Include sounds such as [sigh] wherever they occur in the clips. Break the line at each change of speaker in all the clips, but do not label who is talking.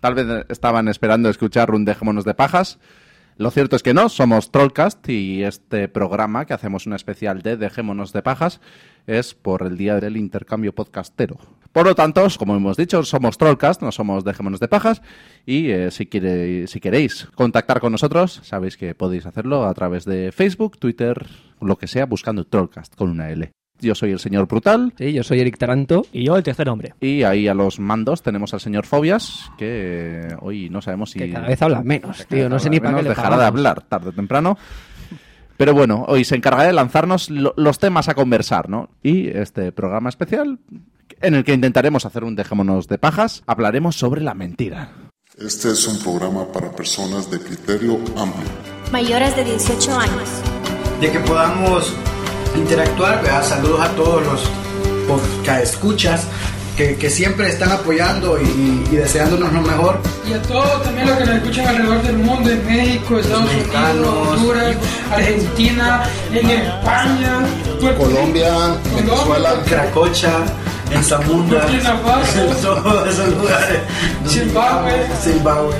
Tal vez estaban esperando escuchar un Dejémonos de Pajas. Lo cierto es que no, somos Trollcast y este programa que hacemos un especial de Dejémonos de Pajas es por el día del intercambio podcastero. Por lo tanto, como hemos dicho, somos Trollcast, no somos Dejémonos de Pajas y eh, si, quiere- si queréis contactar con nosotros, sabéis que podéis hacerlo a través de Facebook, Twitter, lo que sea, buscando Trollcast con una L. Yo soy el señor Brutal
Sí, yo soy Eric Taranto.
Y yo, el tercer hombre.
y ahí a los mandos tenemos al señor Fobias, que eh, hoy no sabemos si...
Que cada vez habla menos, tío. No sé ni para
Nos
qué le
dejará de
pagamos.
hablar tarde o temprano. Pero bueno, hoy se encargará de lanzarnos lo- los temas a conversar, ¿no? Y este programa especial en el que intentaremos hacer un dejémonos de pajas, hablaremos sobre la mentira.
Este es un programa para personas de criterio amplio.
Mayores de 18 años.
de que podamos interactuar. ¿verdad? Saludos a todos los podcast escuchas que, que siempre están apoyando y, y- y deseándonos lo mejor.
Y a todos también los que nos escuchan alrededor del mundo, en México, Estados Unidos,
mexicanos.
Honduras, Argentina, en España, Puerto
Colombia,
Rico,
Venezuela.
En Cracocha, en
[laughs]
Zamunda,
Burkina Faso.
en todos esos lugares.
Zimbabue.
Zimbabue.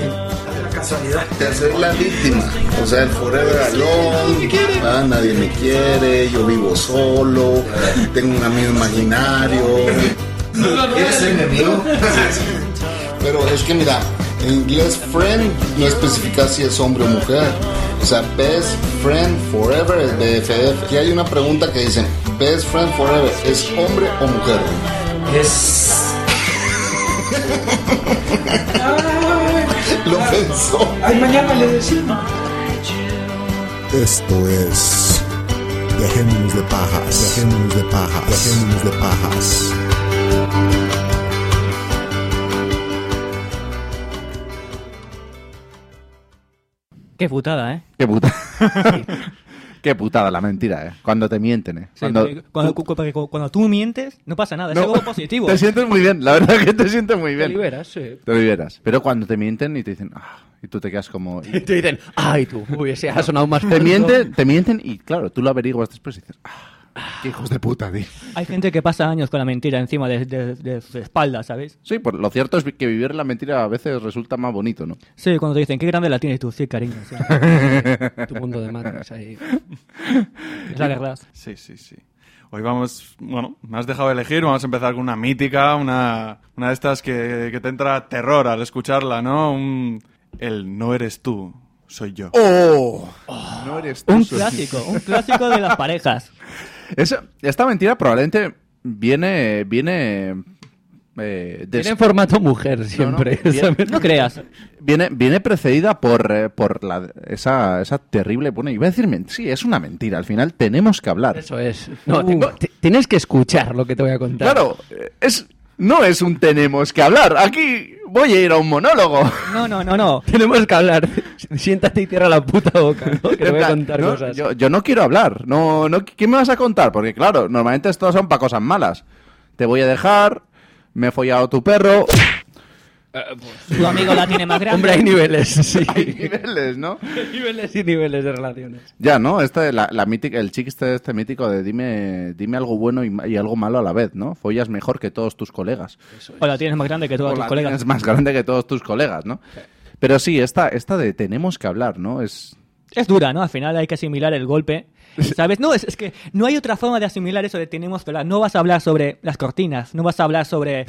La casualidad.
de ser la víctima. O sea, el forever alone, ah, nadie me quiere, yo vivo solo, tengo un amigo imaginario.
¿Eres enemigo?
Pero es que mira, en inglés friend no especifica si es hombre o mujer. O sea, best friend forever es BFF. Aquí hay una pregunta que dicen, best friend forever, ¿es hombre o mujer?
[laughs] Es.
Lo pensó.
Ay, mañana les decimos.
Esto es. Dejémonos de pajas. Dejémonos de pajas. Dejémonos de pajas.
Qué putada, ¿eh?
Qué
[laughs]
puta. Qué putada la mentira, ¿eh? Cuando te mienten, ¿eh?
Cuando, cuando, cu- porque cu- cuando tú mientes, no pasa nada, es
No.
algo
[laughs]
positivo.
Te sientes muy bien, la verdad que te sientes muy
Te
bien.
liberas, sí. [laughs]
Te liberas. Pero cuando te mienten y te dicen, "Ah", y tú te quedas como...
[laughs] Y te dicen, ay, tú, hubiese ha
[laughs]
sonado más
Te
fuerte".
mienten, te mienten y claro, tú lo averiguas después y dices, "Ah, qué hijos de puta, tío.
Hay gente que pasa años con la mentira encima de, de, de su espalda, ¿sabes?
Sí, pues lo cierto es que vivir la mentira a veces resulta más bonito, ¿no?
Sí, cuando te dicen, qué grande la tienes tú, sí, cariño. sí.
[laughs] Tu punto de madres ahí.
Es la verdad.
Sí, sí, sí. Hoy vamos, bueno, me has dejado elegir, vamos a empezar con una mítica, una, una de estas que, que te entra terror al escucharla, ¿no? Un- el no eres tú, soy yo.
Oh, No eres tú,
¡Oh! Ah, Un
soy yo.
clásico, un clásico de las parejas.
Esa- esta mentira probablemente viene. viene. eh, des-
Tiene formato mujer siempre.
bien.
¿sabes?
No creas.
viene, viene precedida por, eh, por la- esa, esa terrible. Bueno, iba a decir men- sí, es una mentira. Al final tenemos que hablar.
Eso es. No, tengo- ti- tienes que escuchar lo que te voy a contar.
Claro, eh, es. No es un tenemos que hablar. Aquí voy a ir a un monólogo.
No, no, no, no.
[laughs] Tenemos que hablar. Siéntate y cierra la puta boca, ¿no? [laughs] Que te voy a
En plan,
contar
no,
cosas.
Yo, yo no quiero hablar. No, no, ¿Qué me vas a contar? Porque, claro, normalmente estos son para cosas malas. Te voy a dejar, me he follado a tu perro.
Tu amigo la tiene más grande.
[laughs] Hombre, hay niveles, sí.
[laughs] [laughs] Hay
[laughs]
niveles, ¿no?
niveles y niveles de relaciones.
Ya, ¿no? Este, la, la mítica, el chiste este mítico de dime, dime algo bueno y, ma- y algo malo a la vez, ¿no? Follas mejor que todos tus colegas.
O la tienes más grande que todos
O
tus
la
colegas.
tienes más grande que todos tus colegas, ¿no? Pero sí, esta, esta de tenemos que hablar, ¿no? Es
Es dura, ¿no? Al final hay que asimilar el golpe.
[laughs]
¿Sabes? No, es, es que no hay otra forma de asimilar eso de tenemos que hablar. No vas a hablar sobre las cortinas, no vas a
[laughs]
hablar sobre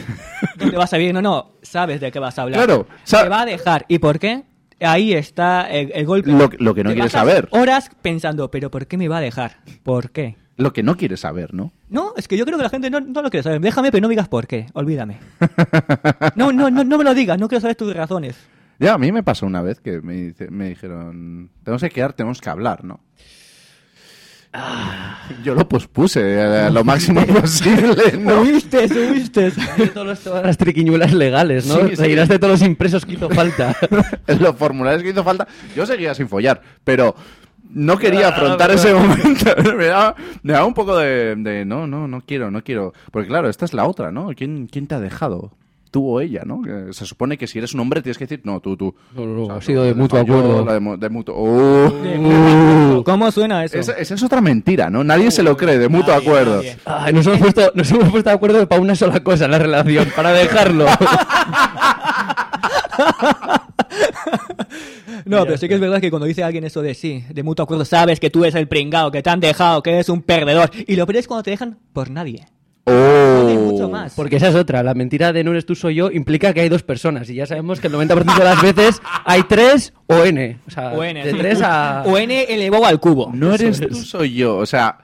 dónde vas a vivir, no, no. Sabes de qué vas a hablar.
Claro, sa-
Te va a dejar. ¿Y por qué? Ahí está el, el golpe.
Lo- lo que no
Te
quieres
pasas
saber.
Horas pensando, ¿pero por qué me va a dejar? ¿Por qué?
lo que no quieres saber, ¿no?
No, es que yo creo que la gente no, no lo quiere saber. Déjame, pero no me digas por qué. Olvídame. No, no, no, no me lo digas. No quiero saber tus razones.
Ya, a mí me pasó una vez que me, dice- me dijeron, tenemos que quedar, tenemos que hablar, ¿no? Yo lo pospuse a lo máximo posible, ¿no?
Huiste,
[laughs]
huiste.
todas las triquiñuelas legales, ¿no?
Sí, sí.
Reirás de todos los impresos que
[laughs]
hizo falta.
en los formularios que hizo falta. Yo seguía sin follar, pero no quería afrontar ese [laughs] momento. me, daba, me daba un poco de, de, no, no, no quiero, no quiero. Porque claro, esta es la otra, ¿no? ¿Quién, quién te ha dejado? Tú o ella, ¿no? Que se supone que si eres un hombre tienes que decir, no, tú, tú.
No, no,
O sea,
ha sido de
la
mutuo
yo,
acuerdo.
la de, mu- de mutuo. ¡Oh!
¿Cómo suena eso?
Esa, esa es otra mentira, ¿no? Nadie
Uh,
se lo cree, de mutuo
Nadie,
acuerdo.
nadie.
Ay, nos, hemos puesto, nos hemos
[laughs]
puesto de acuerdo para una sola cosa en la relación, para dejarlo. No, pero sí que es verdad que cuando dice alguien eso de sí, de mutuo acuerdo, sabes que tú eres el pringao, que te han dejado, que eres un perdedor. Y lo peor es cuando te dejan por nadie. No hay
Oh.
mucho más.
Porque esa es otra. La mentira de no eres tú, soy yo implica que hay dos personas. Y ya sabemos que el 90% de las veces hay tres o N. O sea,
O N.
de tres a...
[laughs] O N elevado al cubo.
No eres tú, soy yo. O sea,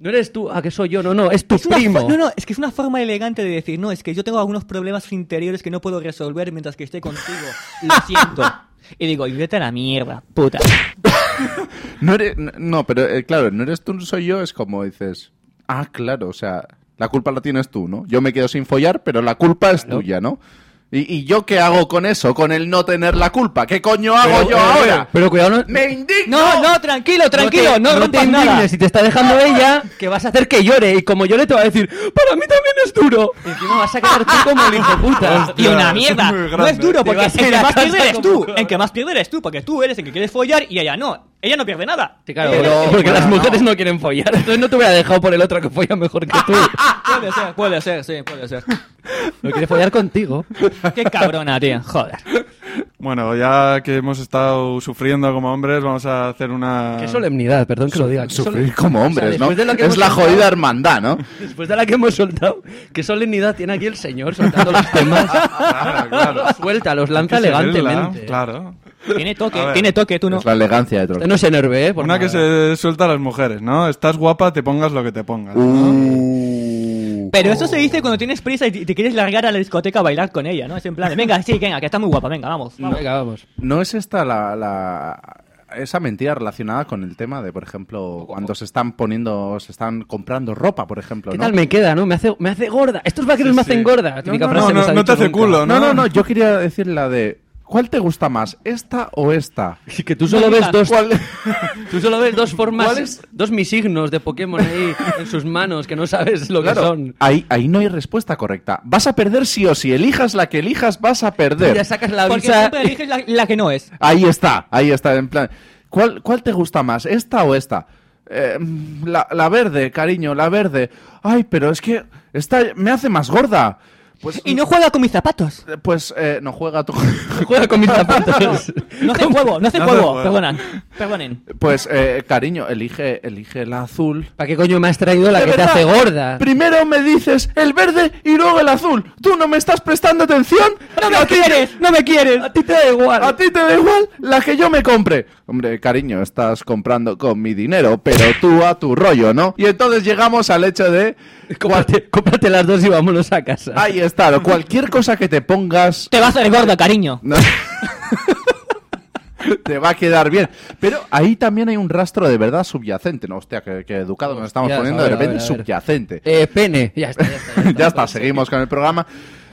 No eres tú, a que soy yo. No, no, es tu
Es una
primo.
fo- No, no, es que es una forma elegante de decir, no, es que yo tengo algunos problemas interiores que no puedo resolver mientras que esté contigo. [laughs] Lo siento. Y digo, y vete a la mierda, puta.
no eres. No, pero eh, claro, no eres tú, soy yo. Es como dices. Ah, claro, o sea, la culpa la tienes tú, ¿no? Yo me quedo sin follar, pero la culpa es tuya, ¿no? ¿Y, y yo qué hago con eso? Con el no tener la culpa. ¿Qué coño hago yo ahora?
Pero cuidado, no...
¡Me indigno!
No, no, tranquilo, tranquilo, no,
te
rompas
indignes,
nada.
si te está [laughs] dejando ella, que vas a hacer que llore. Y como llore te va a decir, para mí también es duro. Y encima vas a quedar tú como el hijo puta.
Y una
Claro,
mierda.
es muy grande.
No es duro
Te
porque
vas a ir
el que
a
más
casa
pierde eres
como
tú.
un
El que más pierde eres tú, porque tú eres el que quieres follar y ella no. Ella no pierde nada.
Sí, claro,
Ella-
porque
bueno,
las
no.
mujeres no. quieren follar. Entonces no te hubiera dejado por el otro que folla mejor que tú.
[laughs]
[laughs]
Puede ser, puede ser, sí, puede ser.
No quiere follar contigo.
Qué cabrona, tío. [laughs] Joder.
[laughs] Bueno, ya que hemos estado sufriendo como hombres, vamos a hacer una...
Qué solemnidad, perdón que lo diga. Qué
Sufrir
solem-
[laughs] como
O
hombres,
sea,
¿no?
después de lo que
Es
hemos
la
soltado-
jodida hermandad, ¿no?
Después de la que hemos soltado, qué solemnidad tiene aquí el señor soltando
[laughs]
los temas.
Claro, claro.
Suéltalos,
Hay que
lanza elegantemente. ¿eh?
seguirla, Claro.
Tiene toque,
A ver.
tiene toque, tú no.
Es la elegancia de Troll.
No se enerve, ¿eh? por
Una que
nada.
se suelta a las mujeres, ¿no? Estás guapa, te pongas lo que te
Uh.
pongas.
Pero
Oh.
eso se dice cuando tienes prisa y te- te quieres largar a la discoteca a bailar con ella, ¿no? Es en plan, de, venga, sí, venga, que está muy guapa, venga, vamos. vamos.
Venga, vamos.
¿No es esta la, la- esa mentira relacionada con el tema de, por ejemplo, cuando se están poniendo, se están comprando ropa, por ejemplo,
¿Qué
¿no?
tal me queda, no? Me hace, me hace gorda. Estos vaqueros
Sí,
me
sí.
hacen gorda.
No,
Típica
no,
frase
no,
que se ha
no
dicho
te hace
nunca.
culo,
No, no, no, yo quería decir la de ¿cuál te gusta más, esta o esta?
Y que tú solo ves dos, [laughs]
¿Cuál?
tú solo ves dos formas,
¿Cuál es?
dos misignos de Pokémon ahí en sus manos que no sabes lo que
Claro,
son.
ahí, ahí no hay respuesta correcta. Vas a perder sí o sí. Elijas la que elijas, vas a
Tú ya
perder.
sacas la
Porque
visa.
siempre eliges la, la que no es.
Ahí está, ahí está. En plan, ¿cuál, cuál te gusta más, esta o esta? Eh, mm, la, la verde, cariño, la verde. Ay, pero es que esta me hace más gorda. Pues,
Y no juega con mis zapatos.
Eh, Pues eh, no juega tu.
[laughs] Juega
[laughs]
con mis zapatos.
No hace juego, no hace
No hace
juego.
juego.
Perdonan, perdonen.
[laughs] Pues eh, cariño, elige, elige la azul.
¿Para qué coño me has traído la
De
que te
verdad, eh,
hace gorda?
Primero me dices el verde y luego el azul. ¿Tú no me estás prestando atención?
¡No me quieres! ¡No me quieres!
A ti te da igual.
A ti te da igual la que yo me compre. Hombre, cariño, estás comprando con mi dinero, pero tú a tu rollo, ¿no? Y entonces llegamos al hecho
[laughs]
de.
Cómprate, cómprate las dos y vámonos a casa.
Ahí está, cualquier cosa que te pongas
Te vas a hacer gorda, cariño.
[laughs]
No. Te va a quedar bien. Pero ahí también hay un rastro de verdad subyacente. No, hostia, que, que educado nos estamos
Hostias,
poniendo
a ver,
de repente
a ver, a ver.
subyacente.
Eh, pene. Ya está, ya
[laughs]
está.
[laughs]
ya
[laughs]
está, seguimos con el programa.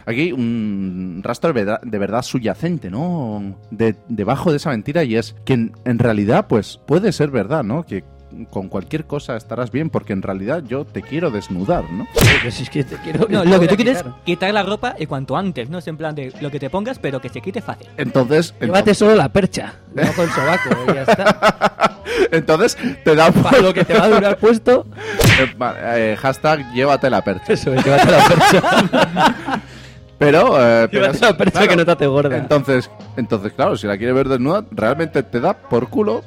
Aquí un rastro de verdad, de verdad subyacente, ¿no? De- debajo de esa mentira y es que en, en realidad, pues puede ser verdad, ¿no? Que con cualquier cosa estarás bien porque en realidad yo te quiero desnudar, ¿no?
Pero si es que te quiero-
No,
te
lo
voy
que
a
tú quieres es
quitar.
quitar la ropa y cuanto antes, ¿no? Es en plan de lo que te pongas, pero que se quite fácil.
Entonces,
Llévate
entonces,
solo la percha. Debajo el sobaco. y ya está.
entonces te da
[laughs] Para lo que te va a durar puesto.
[laughs] Eh, va- eh, hashtag llévate la percha.
Eso es, llévate la percha.
Pero, eh, pero
Llévate la percha que no te hace gorda.
Entonces, entonces, claro, si la quiere ver desnuda, realmente te da por culo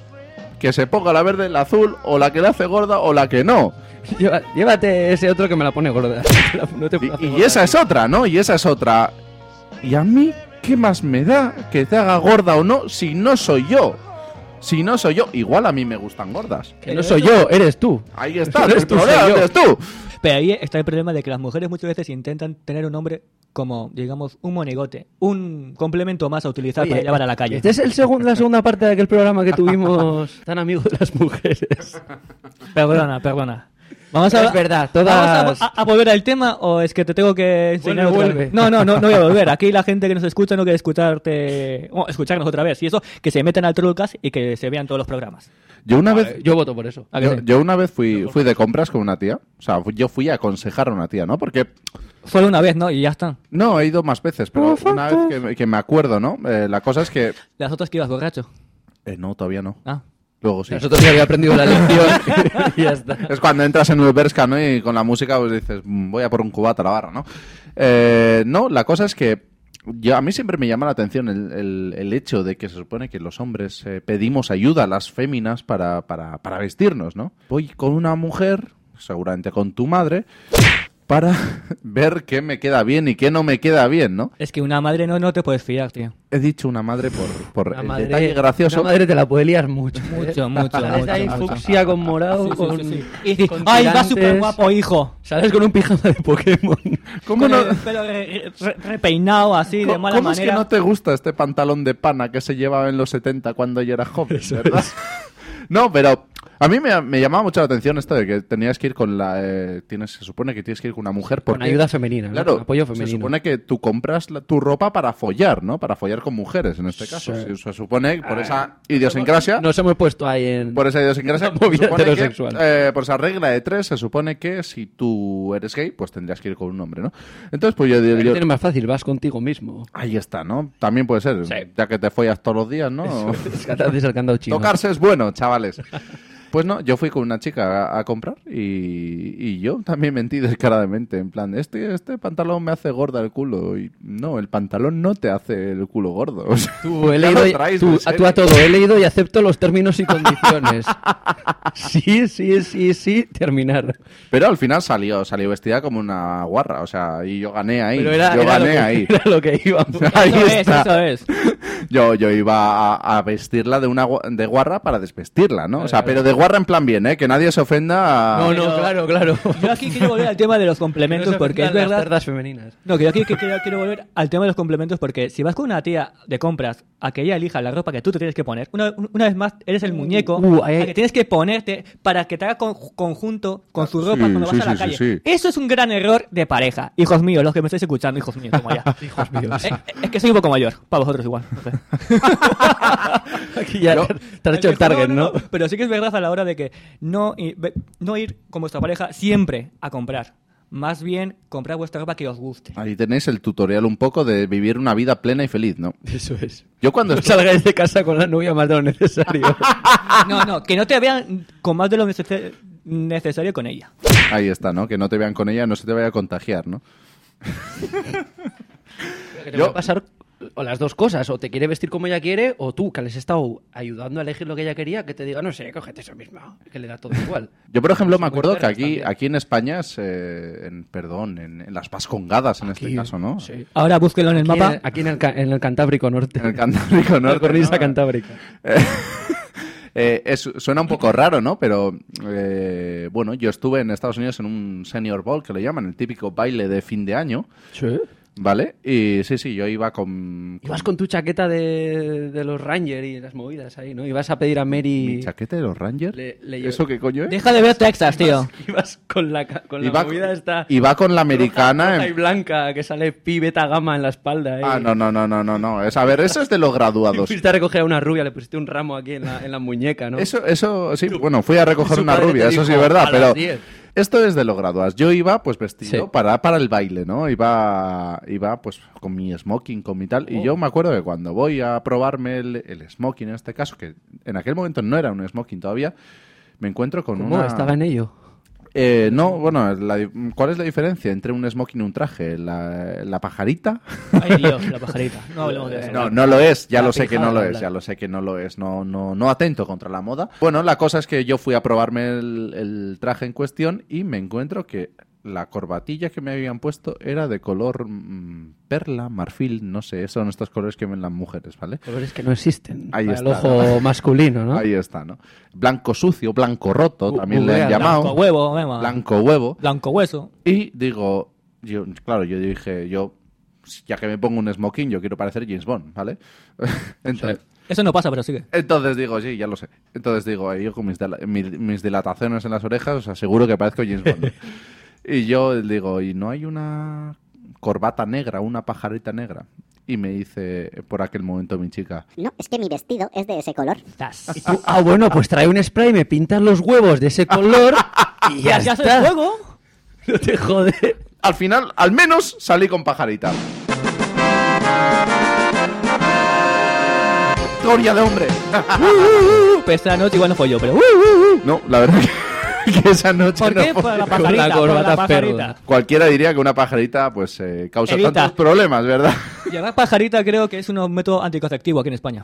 que se ponga la verde, la azul, o la que le hace gorda o la que no.
Lleva- Llévate ese otro que me la pone gorda. [laughs] No te puedo hacer
Y, y
[laughs] gorda.
esa es otra, ¿no? Y esa es otra. ¿Y a mí qué más me da que te haga gorda o no si no soy yo? Si no soy yo, igual a mí me gustan gordas.
Que no soy yo, eres tú.
Ahí está,
[laughs] No
el
eres tú,
problema
soy
lo
yo.
tienes tú.
Pero ahí está el problema de que las mujeres muchas veces intentan tener un hombre como, digamos, un monigote, un complemento más a utilizar para
Oye,
llevar a la calle.
Esta es el segun- la segunda parte de aquel programa que
[laughs]
tuvimos tan amigos de las mujeres.
Perdona, perdona. [laughs] Vamos a,
Es verdad,
¿Vamos
todas-
a, ah, a- a volver al tema o es que te tengo que enseñar
Vuelve,
otra
vuelve.
vez? No, no, no, no voy a volver. Aquí la gente que nos escucha no quiere escucharte, bueno, escucharnos otra vez. Y eso, que se metan al Trollcast y que se vean todos los programas.
Yo una vez.
Yo voto por eso.
¿A que
Yo,
sí?
yo una vez fui, fui de compras con una tía. O sea, fu- yo fui a aconsejar a una tía, ¿no? Porque
Solo una vez, ¿no? Y ya está.
No, he ido más veces, pero una vez que, me- que me acuerdo, ¿no? Eh, la cosa es que...
Las otras que ibas borracho.
Eh, no, todavía no.
Ah.
Luego sí.
Nosotros ya había aprendido
[laughs]
la lección y ya está.
Es cuando entras en el Berska, ¿no? Y con la música pues dices, "Mm, voy a por un cubata a la barra, ¿no? Eh, no, la cosa es que yo, a mí siempre me llama la atención el, el- el hecho de que se supone que los hombres eh, pedimos ayuda a las féminas para, para- para vestirnos, ¿no? Voy con una mujer, seguramente con tu madre, para [laughs] ver qué me queda bien y qué no me queda bien, ¿no?
Es que una madre no, no te puedes fiar, tío.
He dicho una madre por, por
La
el
madre-
detalle gracioso.
La madre te la puede liar mucho.
Mucho, [laughs]
¿eh?
mucho,
Sales
mucho,
ahí
mucho.
fucsia con morado,
Sí, sí,
con,
sí, sí.
y-
Y-
con
[laughs] ¡Ay, va
tirantes.
súper guapo, hijo!
Sales con un pijama de Pokémon.
¿Cómo,
Con
no,
el pelo re- re- repeinado así, de
cómo-
mala
cómo es
manera.
que no te gusta este pantalón de pana que se llevaba en los 70 cuando yo era joven, verdad? [laughs] No, pero a mí me, me llamaba mucho la atención esto de que tenías que ir con la... eh, tienes, se supone que tienes que ir con una mujer porque...
Con ayuda femenina, ¿no?
Claro,
Con apoyo
se
femenino.
supone que tú compras la- tu ropa para follar, ¿no? Para follar con mujeres, en este caso.
Sí.
Se,
Ah,
se supone, por esa idiosincrasia...
Nos hemos puesto ahí en...
Por esa
[laughs]
idiosincrasia,
Una movida
se supone que,
heterosexual.
eh, por esa regla de tres, se supone que si tú eres gay, pues tendrías que ir con un hombre, ¿no? Entonces, pues yo, yo-
Lo
yo-
tienes más fácil, vas
[laughs]
contigo mismo.
Ahí está, ¿no? También puede ser, ya que te follas todos los días, ¿no? [laughs]
Es que antes el candado chino.
Tocarse es bueno, chavales. [laughs] Pues no, yo fui con una chica a, a comprar y, y yo también mentí descaradamente, en plan, este, este pantalón me hace gorda el culo. Y no, el pantalón no te hace el culo gordo. [laughs] O sea,
Tú, he
ya
leído,
lo
y-
traes
tú-
de
a,
serie.
tú a todo, he leído y acepto los términos
[laughs]
y condiciones. sí, sí, sí, sí, terminar.
Pero al final salió, salió vestida como una guarra, o sea, y yo gané ahí.
Pero era,
yo
era lo
gané
que,
ahí.
[laughs] era lo que íbamos.
[laughs] Ahí
Eso es,
está.
eso es.
Yo, yo iba a, a vestirla de una gua- de guarra para desvestirla, ¿no? O sea, pero de guarra en plan bien, ¿eh? Que nadie se ofenda. a-
No, no, claro, claro.
Yo aquí quiero volver al tema de los complementos porque es
Las
verdad
cerdas femeninas.
No, que yo aquí que quiero, quiero volver al tema de los complementos porque si vas con una tía de compras a que ella elija la ropa que tú te tienes que poner, una, una vez más eres el muñeco
uh, ahí hay-
al que tienes que ponerte para que te haga con- conjunto con su ropa
Sí,
cuando vas
sí,
a la
sí, sí,
calle.
sí.
Eso es un gran error de pareja. Hijos míos, los que me estáis escuchando, hijos míos, como ya.
[laughs] Hijos míos.
Eh, eh, es que soy un poco mayor, para vosotros igual. no sé.
[laughs] Aquí ya
No.
te, [laughs] te has hecho el
No, no,
target,
no,
¿no?
no. Pero sí que es verdad a la hora de que no, i- ve- no ir con vuestra pareja siempre a comprar. Más bien comprar vuestra ropa que os guste.
Ahí tenéis el tutorial un poco de vivir una vida plena y feliz, ¿no?
Eso es.
Yo cuando
No [laughs]
estuve-
salgáis de casa con la novia más de lo necesario. Ah.
No, no, que no te vean con más de lo necese- necesario con ella.
Ahí está, ¿no? Que no te vean con ella, no se te vaya a contagiar, ¿no?
Que te
Yo-
puede pasar o las dos cosas, o te quiere vestir como ella quiere, o tú, que les has estado ayudando a elegir lo que ella quería, que te diga, no sé, cógete eso misma, que le da todo igual.
Yo, por ejemplo, me
Son muy
acuerdo que
perras
aquí,
Pues también.
aquí en España, es, eh, en, perdón, en, en las Vascongadas en este
Aquí,
caso, ¿no?
sí.
Ahora búsquelo en [laughs] el
Aquí,
mapa.
en, aquí en el, ca- en el Cantábrico Norte.
En el Cantábrico
En la
Norte.
[laughs] cornisa
¿no?
Cantábrica.
[laughs] Eh, es- suena un poco raro, ¿no? Pero eh, bueno, yo estuve en Estados Unidos en un senior ball que le llaman, el típico baile de fin de año,
Sí.
¿vale? Y sí, sí, yo iba con,
Ibas con tu chaqueta de, de los Ranger y las movidas ahí, ¿no? Ibas a pedir a Mary...
mi chaqueta de los Rangers.
Le- le llevé-
¿Eso qué coño es?
Deja de ver
[laughs]
Texas, tío.
Ibas con la, ca- con la
Iba-
movida esta...
iba con la americana.
roja
en-
y blanca, que sale pi beta gama en la espalda. ahí.
Ah, no, no, no, no, no, no. Es, a ver, eso es de
[laughs]
los
Y
graduados.
Fuiste a recoger a una rubia, le pusiste un ramo aquí en la, en la muñeca, ¿no?
Eso, eso, sí, bueno, fui a recoger
su
una
padre te
rubia, eso
dijo,
sí es verdad,
"A las
pero
10".
esto es de los graduados. Yo iba, pues, vestido
Sí.
para, para el baile, ¿no? Iba, iba, pues, con mi smoking, con mi tal,
Oh.
y yo me acuerdo que cuando voy a probarme el, el smoking en este caso, que en aquel momento no era un smoking todavía, me encuentro con
¿Cómo?
una...
Estaba en ello.
Eh, no, bueno, la di- ¿cuál es la diferencia entre un smoking y un traje? ¿La, la pajarita?
Ay, Dios, la pajarita. No hablemos de eso.
No, no lo es, ya
La
lo sé que
pijada
no lo
habla.
es, ya lo sé que no lo es, no, no, no atento contra la moda. Bueno, la cosa es que yo fui a probarme el, el traje en cuestión y me encuentro que la corbatilla que me habían puesto era de color mm, perla, marfil, no sé, son estos colores que ven las mujeres, ¿vale?
Colores que no existen.
Ahí
para
está,
el ojo masculino, ¿no?
Ahí está, ¿no? Blanco sucio, blanco roto,
Bu-
también le han
buguea,
llamado.
Blanco huevo,
ah.
venga.
Blanco huevo.
Blanco hueso.
Y digo, yo, claro, yo dije, yo, ya que me pongo un smoking, yo quiero parecer James Bond, ¿vale? [laughs] Entonces,
Eso no pasa, pero sigue.
Entonces digo, sí, ya lo sé. Entonces digo, ahí yo con mis, dela- mi- mis dilataciones en las orejas, os aseguro que parezco James Bond. y yo digo, ¿y no hay una corbata negra, una pajarita negra? Y me dice por aquel momento mi chica,
No, es que mi vestido es de ese color.
Y tú, ah, bueno, pues trae un spray, me pintas los huevos de ese [laughs] color y ya
¿Ya
está.
haces juego?
[laughs] No te [laughs] jode.
al final, al menos salí con pajarita. Historia de hombre. [laughs]
Uh,
Pues esta noche igual no fue yo, pero...
no, la verdad que... [laughs] que esa noche
¿Por
no
qué?
podía
[laughs] Por la
comer.
pajarita.
la
por la
corbata
pajarita.
perla.
Cualquiera diría que una pajarita pues eh, causa
Evita.
tantos problemas, ¿verdad?
Y además pajarita creo que es un método anticonceptivo aquí en España.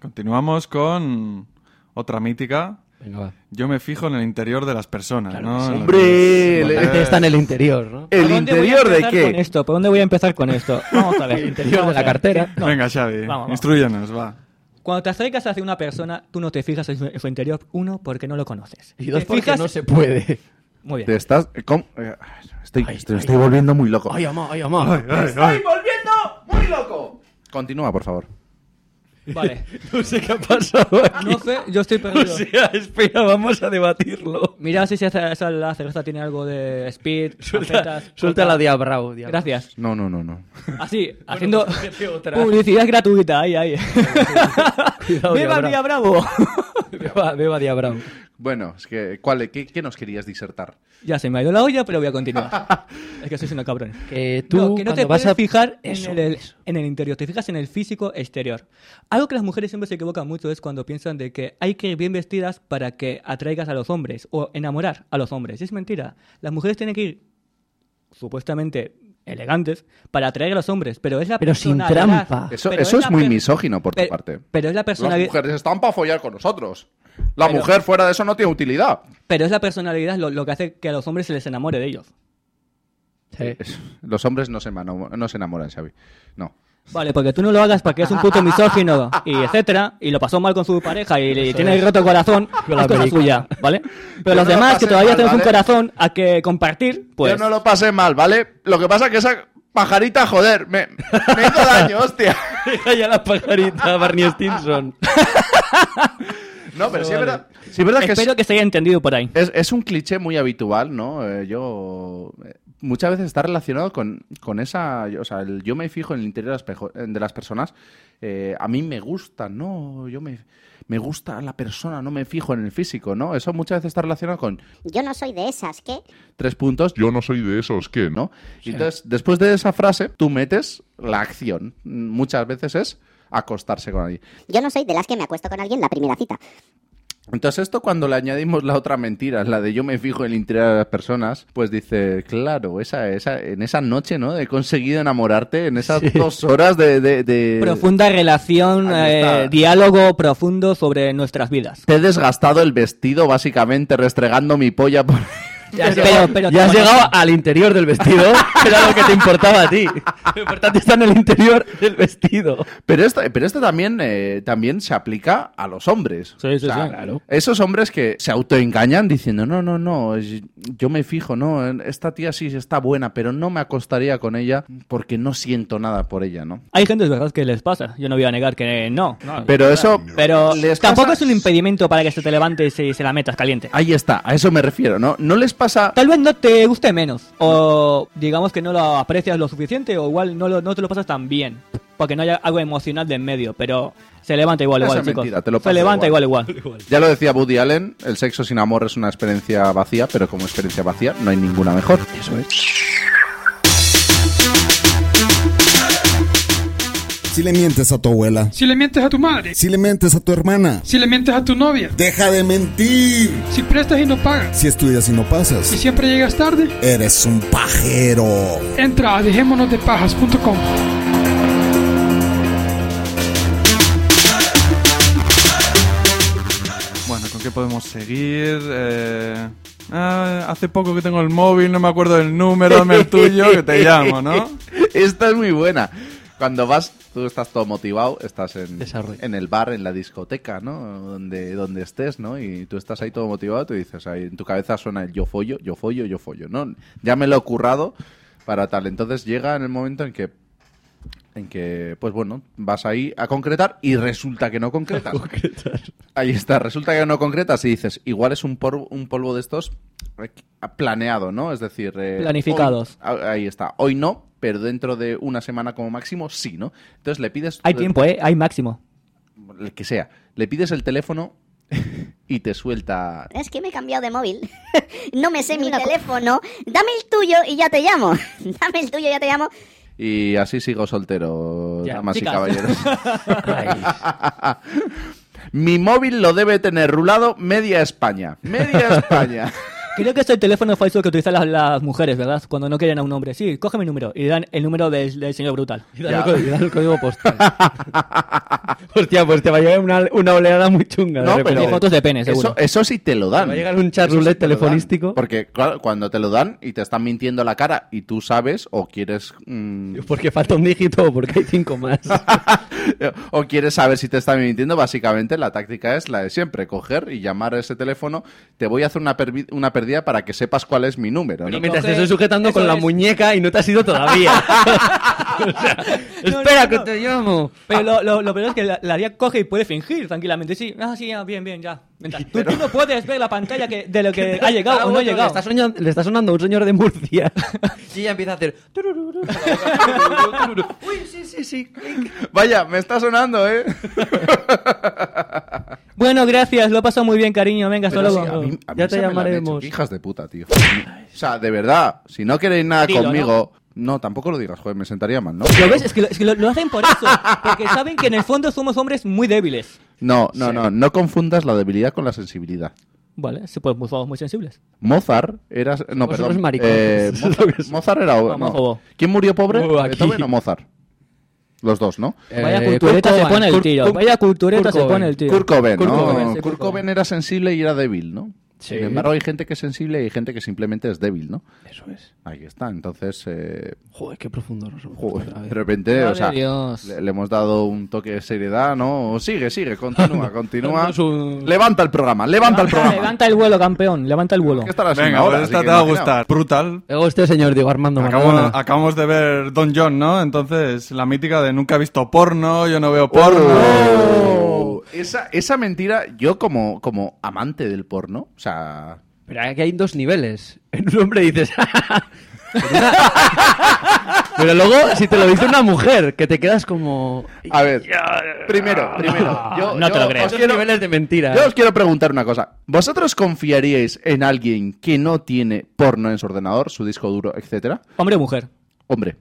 Continuamos con otra mítica.
Venga, va.
Yo me fijo en el interior de las personas,
Claro
¿no?
que sí.
En los-
Hombre,
en los-
le-
eh,
[laughs]
Gente Este está en el interior, ¿no?
¿El
¿Por dónde voy a
interior de
empezar Con
qué?
esto? ¿Por dónde voy a empezar con esto? Vamos
[laughs]
a ver.
El interior
Vamos
de la
a ver.
[laughs] cartera.
No.
Venga, Xavi,
Vamos, vamos.
instruyenos, va.
Cuando te acercas hacia una persona, tú no te fijas en su, en su interior, uno, porque no lo conoces.
Y dos
Te
porque
fijas-
no se puede.
Muy
Te
bien.
estás ¿cómo? Eh, Estoy,
Ay,
estoy,
ay,
estoy volviendo muy loco.
Ay, amor, ay, amor.
Continúa, por favor.
Vale.
[laughs] No sé qué ha pasado aquí.
No sé, yo estoy
[laughs] O
perdido.
sea, espera, vamos a debatirlo.
Mira si esa, esa- la cerveza tiene algo de speed,
Suelta,
anfetas,
suelta
coca.
la diabrao. Diabra.
Gracias.
No, no, no, no.
Así, [laughs] haciendo
pues, vete otra.
publicidad gratuita. Ahí, [laughs] ahí.
Cuidado,
¡Viva el
Diabrao.
Día Bravo!
Beba, beba diabrao.
Bueno, es que ¿cuál qué, qué nos querías disertar?
ya se me ha ido la olla, pero voy a continuar. [laughs] es que sois unos cabrones.
Que tú
No, que no te
cuando vas
puedes
a
fijar en,
Eso,
el, el-
eso.
en el interior, te fijas en el físico exterior. Algo que las mujeres siempre se equivocan mucho es cuando piensan de que hay que ir bien vestidas para que atraigas a los hombres o enamorar a los hombres. Y es mentira. Las mujeres tienen que ir supuestamente elegantes para atraer a los hombres, pero es la
Pero sin
personalidad.
trampa.
Eso,
Pero
eso es
la
muy
per-
misógino por
pero-
tu parte.
Pero es la
Las
personalidad.
mujeres están para follar con nosotros. La
Pero-
mujer fuera de eso no tiene utilidad.
Pero es la personalidad lo, lo que hace que a los hombres se les enamore de ellos.
Sí.
Eh, Es- Los hombres no se, mano- no se enamoran, Xavi. No.
Vale, porque tú no lo hagas porque es un puto misógino y etcétera, y lo pasó mal con su pareja y, le tiene el roto el corazón,
Con la
es cosa
perica.
suya, ¿vale? Pero
Yo
los
no lo
demás
pasé
que todavía
mal,
tenemos un
¿vale?
corazón a que compartir, pues
Yo no
[laughs]
lo pasé mal, ¿vale? Lo que pasa es que esa pajarita, joder, me, me hizo daño, hostia. [laughs]
Deja ya la pajarita, Barney Stinson.
No, pero sí es verdad, sí es verdad que es-
espero que se haya entendido por ahí.
Es, es un cliché muy habitual, ¿no? Eh, yo. eh, muchas veces está relacionado con, con esa. yo- O sea, el yo me fijo en el interior de las pejo- de las personas. eh, a mí me gusta, ¿no? Yo me. Me gusta la persona, no me fijo en el físico, ¿no? Eso muchas veces está relacionado con
Yo no soy de esas que
tres puntos, yo no soy de esos que, ¿no? Y Entonces, después de esa frase, tú metes la acción. Mm, Muchas veces es acostarse con alguien.
yo no soy de las que me acuesto con alguien la primera cita.
Entonces esto cuando le añadimos la otra mentira, la de yo me fijo en el interior de las personas, pues dice, claro, esa, esa, en esa noche, ¿no? He conseguido enamorarte en esas dos horas de... de, de-
Profunda relación,
ahí está.
eh, diálogo profundo sobre nuestras
[laughs]
vidas.
Te he desgastado el vestido, básicamente, reestregando mi polla
[laughs]
por...
Ya has
Pero-
llegado,
pero-
ya has llegado al interior
[laughs]
del vestido, que era lo que te importaba a ti. Lo importante está en el interior del vestido.
Pero esto, pero esto también, eh, también se aplica a los hombres.
Sí, sí,
O sea,
sí, claro.
Esos hombres que se autoengañan diciendo, no, no, no, es- yo me fijo, no, en- esta tía sí está buena, pero no me acostaría con ella porque no siento nada por ella, ¿no?
Hay gente, es verdad, que les pasa. Yo no voy a negar que no. no.
Pero eso...
Pero
les
tampoco
pasa-
es un impedimento para que se te levantes y se la metas caliente.
Ahí está, a eso me refiero, ¿no? No les pasa...
Tal vez no te guste menos. O digamos que no lo aprecias lo suficiente. O igual no, lo- no te lo pasas tan bien. Porque no haya algo emocional de en medio. Pero se levanta igual,
Esa
igual,
es
chicos.
mentira, te lo
se
pasas
levanta
[laughs] igual.
igual, igual.
Ya lo decía Woody Allen, el sexo sin amor es una experiencia vacía, pero como experiencia vacía no hay ninguna mejor. Eso es.
Si le mientes a tu abuela,
Si le mientes a tu madre,
si le mientes a tu hermana,
si le mientes a tu novia,
deja de mentir.
si prestas y no pagas,
Si estudias y no
si
pasas,
siempre llegas tarde,
eres un pajero.
entra a dejémonosdepajas.com.
Bueno, ¿con qué podemos seguir? Eh, ah, hace poco que tengo el móvil, no me acuerdo del número, dame el tuyo, que te llamo, ¿no?
[laughs] Esta es muy buena. Cuando vas, tú estás todo motivado, estás en,
Desarrollo.
en el bar, en la discoteca, ¿no? Donde, donde estés, ¿no? Y tú estás ahí todo motivado, tú dices, ahí en tu cabeza suena el yo follo, yo follo, yo follo, ¿no? Ya me lo he currado para tal. Entonces llega en el momento en que, en que pues bueno, vas ahí a concretar y resulta que no concretas. Ahí está, resulta que no concretas y dices, igual es un, por- un polvo de estos eh, planeado, ¿no? Es decir... eh,
Planificados.
hoy- a- ahí está, hoy no, pero dentro de una semana como máximo sí, ¿no? Entonces le pides...
Hay tiempo, ¿eh? Hay máximo.
El que sea. Le pides el teléfono y te suelta...
Es que me he cambiado de móvil. [laughs] no me sé mi teléfono. Dame el tuyo y ya te llamo. [laughs] Dame el tuyo y ya te llamo.
Y así sigo soltero,
[laughs]
Ya,
damas y
chicas.
caballeros.
Ay,
Mi móvil lo debe tener rulado media España.
[laughs]
Media España.
Creo que es el teléfono falso que utilizan las, las mujeres, ¿verdad? Cuando no quieren a un hombre. Sí, coge mi número. Y dan el número del, del señor brutal.
Y dale, el código- y dale el código postal. [laughs] Hostia, pues te va a llegar una, una oleada muy chunga. de repente.
pero- pues fotos de pene, seguro.
Eso, eso sí te lo dan.
Va a llegar un chat
Eso sí
roulette
te lo dan.
telefonístico.
Porque claro, cuando te lo dan y te están mintiendo la cara y tú sabes o quieres mm, [laughs]
Porque falta un dígito o porque hay cinco más.
o quieres saber si te están mintiendo, básicamente la táctica es la de siempre, coger y llamar a ese teléfono, te voy a hacer una, pervi- una pérdida para que sepas cuál es mi número. ¿no?
Y [laughs] mientras te
coge-
estoy sujetando
eso
con la
es.
muñeca y no te has ido todavía. [laughs] O sea,
No,
espera
no,
que
no.
te llamo.
[laughs] Pero lo, lo, lo peor es que la, la tía coge y puede fingir tranquilamente. Sí, ah, sí, ya, bien, bien, ya. Mientras tú, tú no puedes ver la pantalla que, de lo Eh,
[laughs]
que ha llegado
Ah,
o no ha
bueno, Le
llegado.
está, soñando- le está sonando un señor de [laughs] Murcia. y ella empieza a hacer. tururú, tururú, tururú. Uy, sí, sí, sí. clic.
Vaya, me está sonando, ¿eh?
Bueno, gracias, lo he pasado muy bien, cariño. Venga, hasta
Pero sí,
luego.
a mí- a mí
Ya
se
te
me la han
llamaremos.
hecho. Qué Hijas de puta, tío. O sea, de verdad, si no queréis nada
Dilo,
conmigo... No, tampoco lo digas, joder, me sentaría mal, ¿no?
¿Lo ves? Es que, lo, es que lo- lo hacen por eso. Porque saben que en el fondo somos hombres muy débiles.
No, no, no, no confundas la debilidad con la sensibilidad.
Vale, sí, pues somos muy sensibles.
Mozart era. No,
Vosotros
perdón.
maricones.
Eh,
Eso [laughs] es lo que
Mozart,
es.
Mozart era. no.
Homófobo.
¿Quién murió pobre?
Uh, aquí.
Beethoven o Mozart. Los dos, ¿no?
Vaya
Eh,
cultureta
Kurt
se
Cobain,
pone el
Kurt-
tío.
Kurt-
Vaya cultureta
Kurt
se
Cobain.
pone el tío.
Kurt Cobain,
Kurt
¿no?
Cobain, sí,
Kurt
Kurt
Cobain
Cobain.
era sensible y era débil, ¿no?
Sí.
Sin embargo, hay gente que es sensible y hay gente que simplemente es débil, ¿no?
Eso es.
Ahí está. Entonces, eh,
Joder, qué profundo nos hemos
joder,
puesto otra
de
vez.
repente, o
Madre
sea,
Dios.
le, le hemos dado un toque de seriedad, ¿no? Sigue, sigue, continúa, continúa.
Dándonos un-
Levanta el programa, levanta el programa.
Levanta el vuelo, campeón. Levanta el vuelo.
Que estará así
Venga,
una hora,
pues esta
así
te
que
va a
imaginaos.
gustar. Brutal.
Luego este señor, digo Armando
Acabamos,
Maradona.
acabamos de ver Don John, ¿no? Entonces, la mítica de nunca he visto porno, yo no veo porno.
Oh. Esa, esa mentira, yo como, como amante del porno, o sea...
Pero aquí hay dos niveles. En un hombre dices. "Ah". [laughs] Pero luego, si te lo dice una mujer, que te quedas como. "Ah,
A ver, primero, primero, yo,
No te
yo
lo creo.
Os
Dos
quiero,
niveles de mentira.
yo os quiero preguntar una cosa. ¿Vosotros confiaríais en alguien que no tiene porno en su ordenador, su disco duro, etcétera?
Hombre o mujer.
Hombre,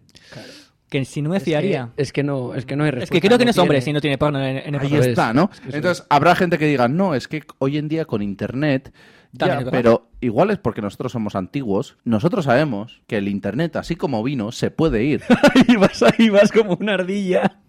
Que si no me
Es que-
fiaría.
Es que no, es que no hay
Es
respuesta.
que creo que no es hombre
tiene.
si no tiene porno en, en el
ahí
porno.
es.
está, ¿no?
que eso
Entonces, habrá gente que diga, no, es que hoy en día con internet... ya,
También es verdad.
pero igual es porque nosotros somos antiguos. Nosotros sabemos que el internet, así como vino, se puede ir.
[laughs] y vas ahí, vas como una ardilla.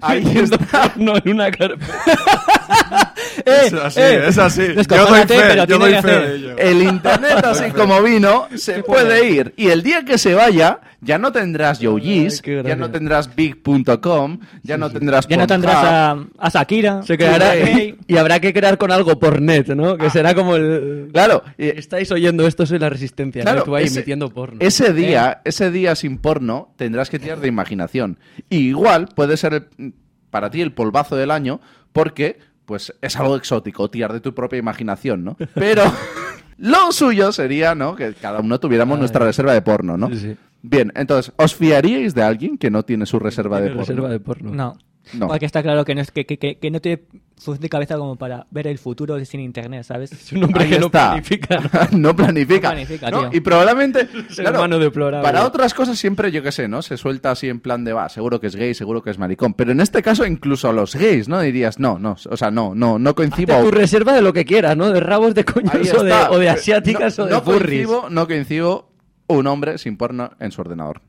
Ahí
Metiendo
está.
porno en una carpeta.
Eh,
Es así,
eh,
es
eh,
así. Yo doy
Descojónate,
fe,
pero
yo
tiene
doy
que
fe
hacer.
de ello.
El internet, así como vino, se puede ir. Y el día que se vaya, ya no tendrás Yogis,
qué
ya no
gracia.
tendrás Big.com, ya no tendrás.
Ya no tendrás a, a Shakira.
Se quedará.
Hey.
Y habrá que crear con algo por net, ¿no? Que será como el.
Claro, y-
Estáis oyendo esto, soy la resistencia.
claro,
¿no? Tú ahí
ese-
emitiendo porno. ¿Eh?
Ese día, ese día sin porno, tendrás que tirar de imaginación. Y igual puede ser el- para ti el polvazo del año, porque pues es algo exótico, tirar de tu propia imaginación,
[laughs]
¿no? Pero lo suyo sería, ¿no? Que cada uno tuviéramos nuestra reserva de porno, ¿no?
Sí, sí.
Bien, entonces, ¿os fiaríais de alguien que no tiene su reserva de
Tiene
porno?
reserva de porno.
No.
No.
Porque está claro que no, es, que, que, que, que no tiene suficiente cabeza como para ver el futuro de- sin internet, ¿sabes?
Es un hombre
Ahí
que no
está. [laughs]
planifica.
no planifica.
No planifica, tío.
Y
[laughs]
probablemente.
ser
claro,
humano deplorable.
Para otras cosas, siempre, yo qué sé, ¿no? Se suelta así en plan de va, seguro que es gay, seguro que es maricón. Pero en este caso, incluso a los gays, ¿no? Dirías, no, no, o sea, no, no, no coincido.
Hazte tu reserva de lo que quieras, ¿no? De rabos de coños o de,
está.
o de asiáticas
No-
o de
no
furries.
coincido- no coincido un hombre sin porno en su ordenador.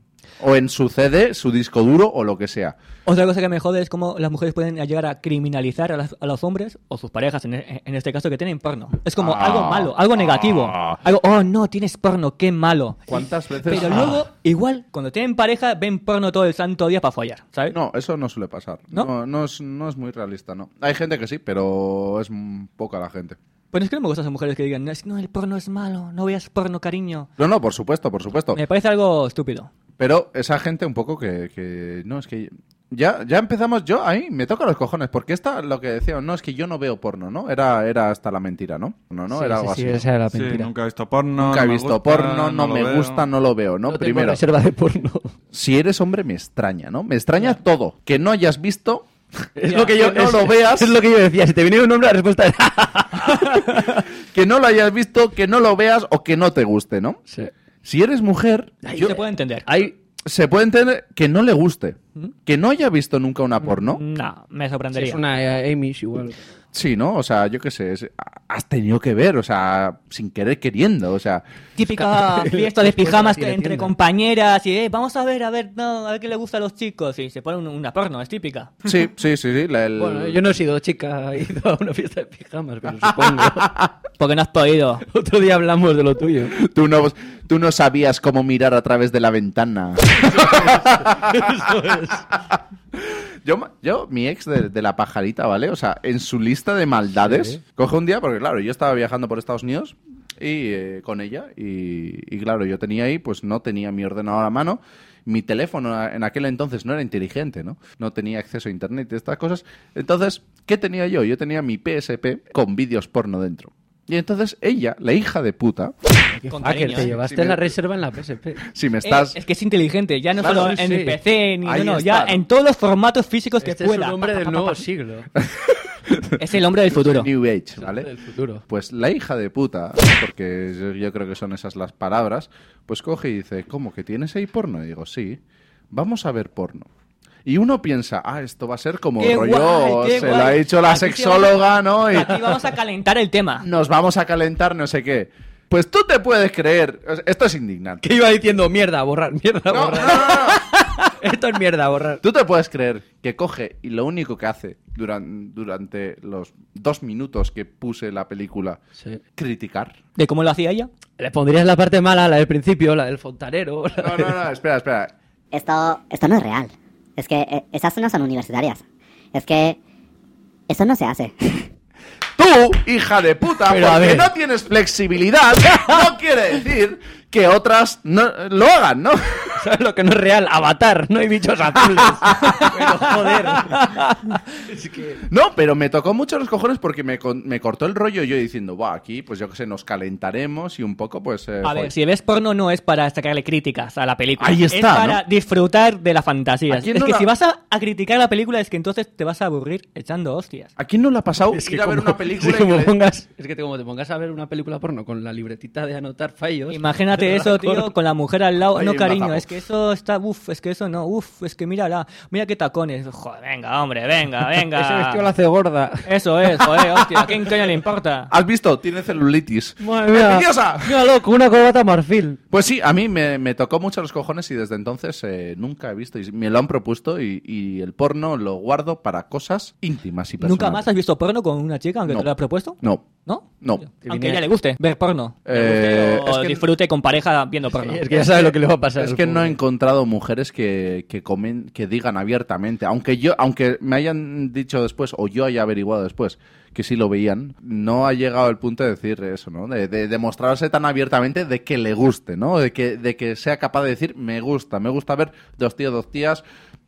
O en su CD, su disco duro o lo que sea.
Otra cosa que me jode es cómo las mujeres pueden llegar a criminalizar a, las- a los hombres o sus parejas, en, e- en este caso, que tienen porno. Es como
Ah.
algo malo, algo negativo.
Ah.
Algo, oh, no, tienes porno, qué malo.
¿Cuántas veces?
Pero luego,
Ah.
igual, cuando tienen pareja, ven porno todo el santo día para follar, ¿sabes?
Ah, No, eso no suele pasar.
¿No?
No, no es, no es muy realista, no. Hay gente que sí, pero es mm, poca la gente.
Pero es que no me gustan esas mujeres que digan, "No, es- no, el porno es malo, no veas porno, cariño.
No, no, por supuesto, por supuesto.
Me parece algo estúpido.
Pero esa gente un poco que, que- no, es que ya, ya empezamos yo ahí, me toca los cojones, porque esta lo que decían, no, es que yo no veo porno, ¿no? Era, era hasta la mentira, ¿no? No, no,
Sí,
era
sí,
algo
sí,
así.
esa era la
Sí,
mentira.
nunca he visto porno.
Nunca
no
he
me
visto
gusta,
porno, no,
lo
me
veo.
gusta, no lo veo, ¿no?
No tengo
Primero,
reserva de porno.
si eres hombre me extraña, ¿no? Me extraña todo, que no hayas visto,
Es lo que yo
no
es-
lo veas,
pues Es lo que yo decía. Si te viene un hombre, la respuesta es.
[laughs] que no lo hayas visto, que no lo veas o que no te guste, ¿no? Si eres mujer,
Yo se puede entender.
Hay.
se puede entender que no le guste, que no haya visto nunca una porno.
No, me
Sí,
sorprendería.
es una eh, Amish igual.
Sí, ¿no? O sea, yo qué sé, es- has tenido que ver, o sea, sin querer queriendo, o sea,
Típica fiesta de
Después de
pijamas
la tira,
entre
tienda.
compañeras y eh, vamos a ver, a ver, no, a ver qué le gusta a los chicos. Y se pone un- una porno, es típica.
sí, sí, sí, sí, la- el-
Bueno, yo no he sido chica, he ido a una fiesta de pijamas, pero supongo.
Porque no has podido.
[laughs] Otro día hablamos de lo tuyo.
tú, no, tú no sabías cómo mirar a través de la ventana. Yo, ma- yo, mi ex de, de la pajarita, ¿vale? O sea, en su lista de maldades, coge un día, porque claro, yo estaba viajando por Estados Unidos y eh, con ella, y, y, claro, yo tenía ahí, pues no tenía mi ordenador a mano. Mi teléfono a- en aquel entonces no era inteligente, ¿no? No tenía acceso a internet y estas cosas. Entonces, ¿qué tenía yo? Yo tenía mi PSP con vídeos porno dentro. Y entonces ella, la hija de puta,
Con
Ah, que
cariño,
te
¿eh?
llevaste
Sí, me-
la reserva en la PSP.
si me estás...
Eh, es que es inteligente, ya no
Claro,
solo
sí,
en
sí.
el PC, ni,
Ahí
no, no,
está.
ya en todos los formatos físicos que
Este es
pueda.
el
Pa,
hombre
pa,
del
pa,
nuevo
pa.
siglo.
Es el hombre del futuro.
New Age, ¿vale?
Del futuro.
Pues la hija de puta, porque yo, yo creo que son esas las palabras, pues coge y dice, ¿cómo que tienes ahí porno? Y digo, sí, vamos a ver porno. Y uno piensa, ah, esto va a ser como
Qué
rollo,
guay, qué
se
guay.
lo ha dicho la
Aquí se va-
sexóloga, ¿no? Y
Aquí vamos
[laughs]
a calentar el tema.
nos vamos a calentar, no sé qué. Pues tú te puedes creer, o sea, esto es indignante.
Que iba diciendo mierda, borrar, mierda,
No, no,
borrar. [laughs]
no, no.
Esto es mierda, borrar.
Tú te puedes creer que coge y lo único que hace duran- durante los dos minutos que puse la película,
Sí.
criticar.
¿De cómo lo hacía ella?
Le pondrías la parte mala, la del principio, la del fontanero. [laughs] la
No,
de-
no, no, espera,
[laughs]
espera.
Esto, esto no es real. Es que eh, esas no son universitarias. Es que eso no se hace. [laughs]
Tú, hija de puta,
Pero a
porque
ver.
no tienes flexibilidad,
[laughs]
no quiere decir que otras no, lo hagan, ¿no?
¿Sabes lo que no es real? Avatar, no hay bichos
[laughs]
azules. Pero [laughs] joder.
No, pero me tocó mucho los cojones porque me, con- me cortó el rollo yo diciendo, va, aquí, pues yo qué sé, nos calentaremos y un poco, pues... eh,
A
joder".
ver, si ves porno no es para sacarle críticas a la película.
Ahí
Es
está,
para
¿no?
disfrutar de la fantasía.
¿A
Es
quién no
que
la-
si vas a, a criticar la película es que entonces te vas a aburrir echando hostias.
¿A quién no le ha pasado
Es que,
ir a ver
como- [laughs]
una película
es
y
que como
que le-
pongas, es que te- como te pongas a ver una película porno con la libretita de anotar fallos.
Pues Imagínate eso, tío, con la mujer al lado.
Ahí
No,
me
cariño,
matamos.
es que eso está... Uf, es que eso no. Uf, es que mírala. Mira qué tacones. Joder, venga, hombre,
[laughs]
venga, venga.
Ese vestido la hace gorda. [laughs]
Eso es, joder, hostia. ¿A quién coño le importa?
¿Has visto? Tiene celulitis.
Madre mía.
¡Envidiosa!
Mira, loco, una corbata marfil.
Pues sí, a mí me, me tocó mucho los cojones y desde entonces eh, nunca he visto y me lo han propuesto y, y el porno lo guardo para cosas íntimas y personales.
¿Nunca más has visto porno con una chica, aunque
No.
te lo ha propuesto?
No.
¿No?
No.
Aunque a ella le guste ver porno.
Eh,
Le guste o
es que-
disfrute con pareja viendo porno.
Es que ya sabes lo que le va a pasar.
Es
al
que no he
pobre.
encontrado mujeres que, que, comen- que digan abiertamente, aunque yo, aunque me hayan dicho después, o yo haya averiguado después, que sí lo veían, no ha llegado el punto de decir eso, ¿no? De, de- de mostrarse tan abiertamente de que le guste, ¿no? De que, de que sea capaz de decir, me gusta, me gusta ver dos tíos, dos tías,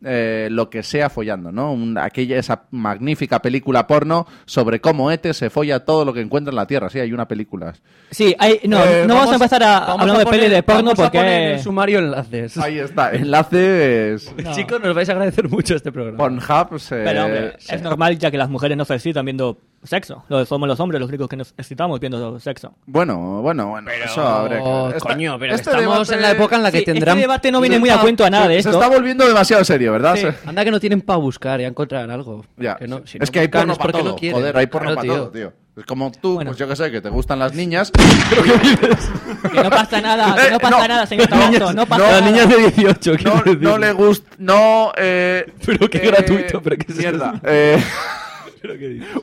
eh, lo que sea follando, ¿no? Un- aquella, esa magnífica película porno sobre cómo Ete se folla todo lo que encuentra en la Tierra. Sí, hay una película.
Sí, hay- no,
Eh,
no vamos,
vamos-
a empezar a,
Vamos
hablando
a
de
poner-
peli de porno
vamos a
porque...
poner en el sumario enlaces.
Ahí está,
[laughs]
enlaces...
No.
Chicos, nos vais a agradecer mucho este programa.
Pornhub pues, eh, se-
Pero hombre,
se-
es normal ya que las mujeres no se excitan viendo sexo. Lo- Somos los hombres los únicos que nos excitamos viendo sexo.
Bueno, bueno, bueno, eso habría que
Oh,
ver. Esta-
coño, pero
este
estamos
debate
en la época en la que
Sí,
tendrán.
Este debate no viene muy a cuento a nada de
Se
esto.
está volviendo demasiado serio, ¿verdad?
Sí.
Se-
Anda que no tienen para buscar y encontrar algo.
Ya.
Que no, si
es
no
que hay
buscan
porno
es
para
porque
todo.
no quieren.
Joder, hay porno
Claro,
para
tío.
todo, tío. Es como tú,
Bueno.
pues yo que sé, que te gustan [laughs] las niñas.
Que no pasa
[laughs]
nada, que
Eh,
no pasa
no.
nada, señor Tabasto. No pasa
No,
nada.
Las niñas de 18, quiero
No, no
decir.
le gusta. No, eh. [laughs]
Pero qué gratuito, pero qué es
Mierda. [laughs] Eh,